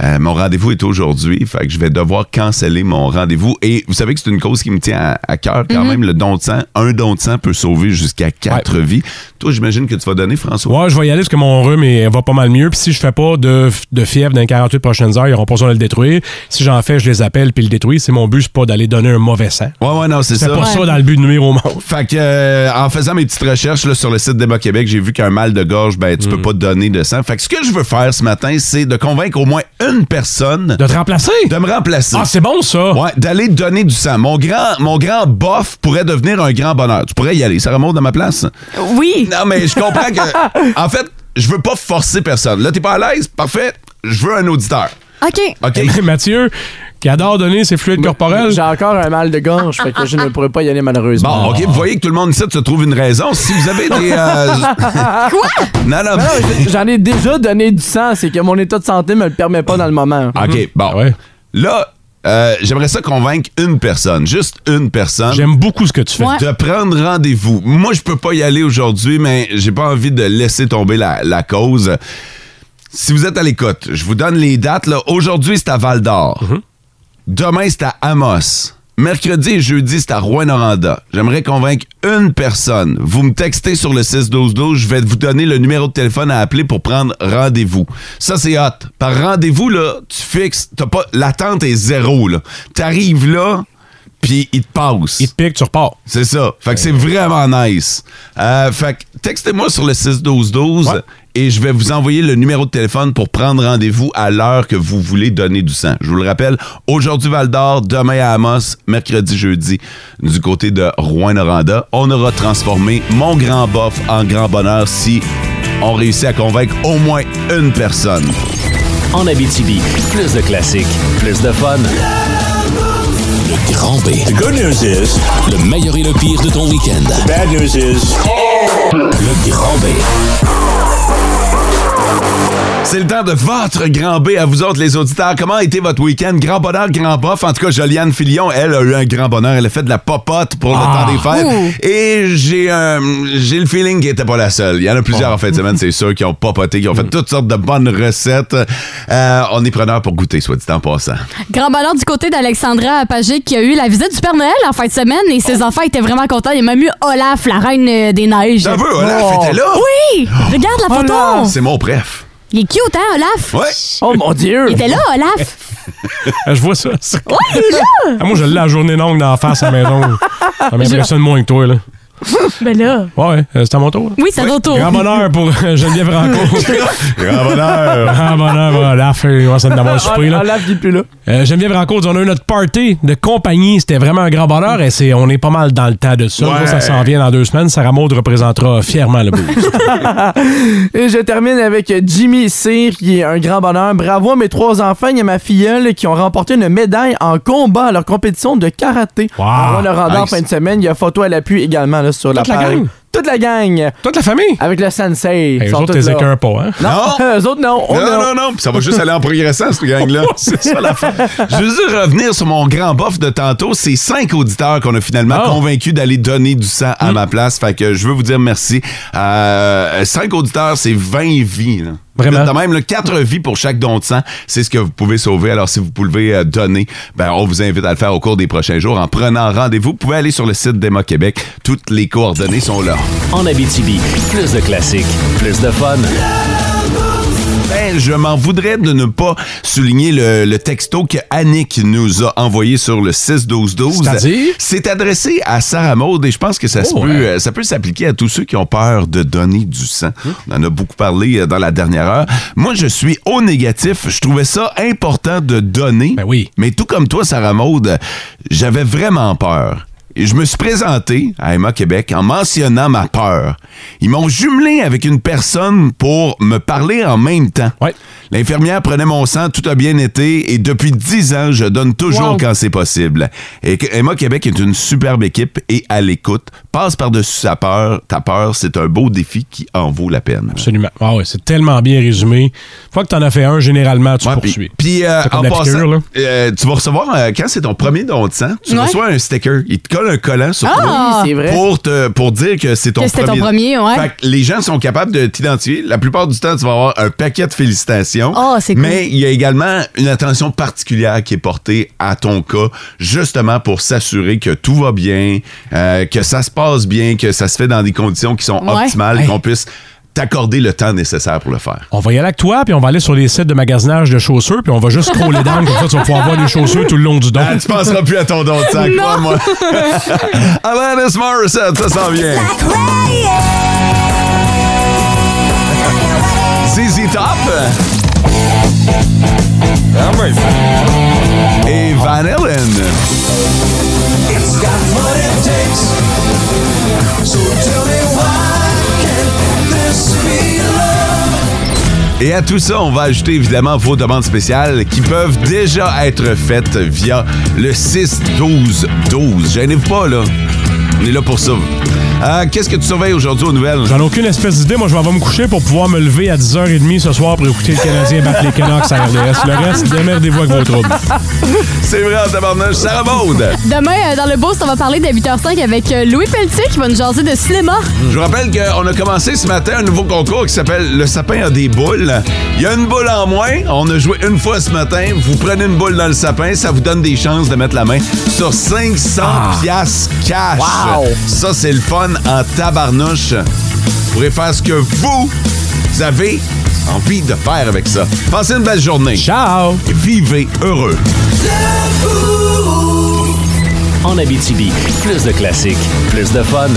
C: euh, mon rendez-vous est aujourd'hui. Fait que je vais devoir canceller mon rendez-vous. Et vous savez que c'est une cause qui me tient à, à cœur quand même. Le don de sang, un don de sang peut sauver jusqu'à quatre vies. Toi, j'imagine que tu vas donner, François.
E: Ouais, je vais y aller parce que mon rhume il va pas mal mieux. Puis si je fais pas de, de fièvre dans les 48 prochaines heures, ils auront pas besoin de le détruire. Si j'en fais, je les appelle puis le détruis. C'est mon but, c'est pas d'aller donner un mauvais sang.
C: Ouais, ouais, non, c'est ça.
E: C'est pas ça dans le but de nuire au monde.
C: Fait que, euh, en faisant mes petites recherches là, sur le site d'Ébat Québec, j'ai vu qu'un mal de gorge, ben,
E: Mm.
C: tu peux pas donner de sang. Fait que ce que je veux faire ce matin, c'est de convaincre au moins une personne. De
E: te remplacer?
C: De me remplacer.
E: Ah, c'est bon, ça.
C: Ouais, d'aller donner du sang. Mon grand, mon grand bof pourrait devenir un grand bonheur. Tu pourrais y aller. Ça remonte à ma place.
D: Oui.
C: Non, mais je comprends que. en fait, je veux pas forcer personne. Là, t'es pas à l'aise? Parfait. Je veux un auditeur.
D: OK.
C: OK.
E: Mais Mathieu, qui adore donner ses fluides corporels.
F: J'ai encore un mal de gorge, fait que je ne pourrais pas y aller malheureusement.
C: Bon, OK, vous voyez que tout le monde ici se trouve une raison. Si vous avez des. euh,
F: Quoi?
C: Non, non,
F: J'en ai déjà donné du sang, c'est que mon état de santé me le permet pas dans le moment.
C: Ah,
E: Mhm.
C: OK, bon.
E: Ah
C: Là, euh, j'aimerais ça convaincre une personne, juste une personne.
E: J'aime beaucoup ce que tu
F: fais. Ouais.
C: De prendre rendez-vous. Moi, je peux pas y aller aujourd'hui, mais j'ai pas envie de laisser tomber la, la cause. Si vous êtes à l'écoute, je vous donne les dates. là. Aujourd'hui, c'est à Val d'Or. Demain, c'est à Amos. Mercredi et jeudi, c'est à Rouen-Noranda. J'aimerais convaincre une personne. Vous me textez sur le 6-12-12, je vais vous donner le numéro de téléphone à appeler pour prendre rendez-vous. Ça, c'est hot. Par rendez-vous, là, tu fixes, t'as pas, l'attente est zéro, là. T'arrives là, puis il te passe. Il te
E: pique, tu repars.
C: C'est ça. Fait que c'est vraiment nice. Euh, fait que textez-moi sur le 6-12-12 et je vais vous envoyer le numéro de téléphone pour prendre rendez-vous à l'heure que vous voulez donner du sang. Je vous le rappelle, aujourd'hui Val-d'Or, demain à Amos, mercredi, jeudi, du côté de Rouen-Noranda. On aura transformé mon grand bof en grand bonheur si on réussit à convaincre au moins une personne.
N: En Abitibi, plus de classiques, plus de fun.
B: Grand B. The good news is. Le meilleur et le pire de ton week-end. bad news is. Le Grand B.
C: C'est le temps de votre grand B à vous autres, les auditeurs. Comment a été votre week-end? Grand bonheur, grand bof. En tout cas, Joliane Filion, elle a eu un grand bonheur. Elle a fait de la popote pour
P: Ah.
C: le temps des fêtes.
P: Ouh.
C: Et j'ai un- j'ai le feeling qu'elle n'était pas la seule. Il y en a
P: Oh.
C: plusieurs en fin de semaine, c'est sûr, qui ont popoté, qui ont fait toutes sortes de bonnes recettes. Euh, on est preneur pour goûter, soit dit en passant.
P: Ah,
D: Grand bonheur du côté d'Alexandra Pagé qui a eu la visite du Père Noël en fin de semaine et ses enfants étaient vraiment contents. Il y a même eu Olaf, la reine euh, des neiges.
C: Ça veut, Olaf était là?
D: Oui! Regarde la photo!
C: C'est mon préf.
D: Il est cute, hein, Olaf?
C: Ouais.
F: Oh mon Dieu!
D: Il était là, Olaf!
E: Ah, Je vois ça. ça.
D: Ouais, il est là!
E: Ah, moi, je l'ai la journée longue dans la face à la maison. Ah, Ça m'impressionne moins que toi, là.
D: ben là.
E: Ouais, euh, c'est à mon tour. là?
D: Oui, c'est à ton tour.
E: Grand bonheur pour euh, Geneviève Rancourt.
C: Grand bonheur.
E: Grand bonheur, voilà. La fille, ouais, ça d'avoir soupé, là.
F: Olaf, plus là.
E: Euh, Geneviève Rancourt, dit, on a eu notre party de compagnie. C'était vraiment un grand bonheur et c'est, on est pas mal dans le tas de ça.
F: Ouais.
E: Ça s'en vient dans deux semaines. Sarah Maud représentera fièrement le boost.
F: Et je termine avec Jimmy Cyr, qui est un grand bonheur. Bravo à mes trois enfants et à ma filleule qui ont remporté une médaille en combat à leur compétition de karaté. On le
C: Ah,
F: rendant en
Q: Nice.
F: fin de semaine. Il y a photo à l'appui également là, sur
E: Toute
F: la
E: la
F: page.
E: gang?
F: Toute la gang.
E: Toute la famille.
F: Avec le sensei.
E: Hey,
F: Ils
E: eux
F: sont
E: autres,
F: tous
E: t'es
F: là.
E: écœurs pas, hein?
F: Non, eux autres,
P: Oh,
F: non. On
C: non,
F: a-
C: non, non, puis ça va juste aller en progressant, cette gang-là.
E: c'est
C: ça la fin. Je veux juste revenir sur mon grand bof de tantôt. C'est cinq auditeurs qu'on a finalement convaincus d'aller donner du sang à ma place. Fait que je veux vous dire merci. Euh, cinq auditeurs, c'est 20 vies. là.
E: Vraiment?
C: De même, là, quatre vies pour chaque don de sang, c'est ce que vous pouvez sauver. Alors, si vous pouvez euh, donner, ben, on vous invite à le faire au cours des prochains jours en prenant rendez-vous. Vous pouvez aller sur le site d'Emma Québec. Toutes les coordonnées sont là.
N: En Abitibi, plus de classiques, plus de fun.
C: Ben, je m'en voudrais de ne pas souligner le, le texto que Annick nous a envoyé sur le 6-12-12.
E: C'est-à-dire?
C: C'est adressé à Sarah Maud et je pense que ça, se
E: Oh,
C: peut,
E: ouais.
C: euh, ça peut s'appliquer à tous ceux qui ont peur de donner du sang.
E: Hum.
C: On en a beaucoup parlé euh, dans la dernière heure. Moi, je suis au négatif. Je trouvais ça important de donner.
E: Ben
C: oui. Mais tout comme toi, Sarah Maud, euh, j'avais vraiment peur. Et je me suis présenté à Emma Québec en mentionnant ma peur. Ils m'ont jumelé avec une personne pour me parler en même temps. L'infirmière prenait mon sang, tout a bien été, et depuis dix ans, je donne toujours
E: Wow.
C: quand c'est possible. Et que- Emma Québec est une superbe équipe et à l'écoute. Passe par-dessus sa peur. Ta peur, c'est un beau défi qui en vaut la peine.
E: Absolument. Ah ouais, c'est tellement bien résumé. Une fois que t'en as fait un, généralement, tu poursuis.
C: Puis, euh,
E: C'est comme
C: en
E: la
C: passant,
E: piqûre, là.
C: euh, tu vas recevoir, euh, quand c'est ton premier don de sang, tu
D: Ouais.
C: reçois un sticker. Il te colle un collant sur
D: Ah!
C: toi
D: Oui, c'est vrai.
C: Pour, te, pour dire que c'est ton
D: Que
C: premier.
D: c'était ton premier, ouais.
C: Fait que les gens sont capables de t'identifier. La plupart du temps, tu vas avoir un paquet de félicitations.
D: Ah, c'est cool.
C: Mais il y a également une attention particulière qui est portée à ton cas, justement pour s'assurer que tout va bien, euh, que ça se passe bien, que ça se fait dans des conditions qui sont
E: Ouais.
C: optimales,
E: Ouais.
C: qu'on puisse t'accorder le temps nécessaire pour le faire.
E: On va y aller avec toi, puis on va aller sur les sites de magasinage de chaussures, puis on va juste scroller down, comme ça tu vas pouvoir voir des chaussures tout le long du don.
C: Ah, tu penseras plus à ton don de sang,
E: Non.
C: crois-moi. Alanis Morissette, ça s'en vient. ZZ Top. Et Van Halen. Et à tout ça, on va ajouter évidemment vos demandes spéciales qui peuvent déjà être faites via le 6-12-12. Gênez-vous pas, là. On est là pour ça. Euh, Qu'est-ce que tu surveilles aujourd'hui aux nouvelles?
E: J'en ai aucune espèce d'idée. Moi, je vais avoir me coucher pour pouvoir me lever à 10h30 ce soir pour écouter le Canadien battre les Canucks à RDS. Le reste, démerdez-vous avec vos troubles.
C: C'est vrai, en tabarnage, ça rebonde.
D: Demain, euh, dans le Boost, on va parler de 8h05 avec euh, Louis Pelletier qui va nous jaser de cinéma.
C: Je vous rappelle qu'on a commencé ce matin un nouveau concours qui s'appelle Le sapin a des boules. Il y a une boule en moins. On a joué une fois ce matin. Vous prenez une boule dans le sapin, ça vous donne des chances de mettre la main sur 500 piastres cash.
P: Wow!
C: Ça, c'est le fun en tabarnouche. Vous pourrez faire ce que vous avez envie de faire avec ça. Passez une belle journée.
E: Ciao!
C: Vivez heureux.
N: En Abitibi, plus de classiques, plus de fun.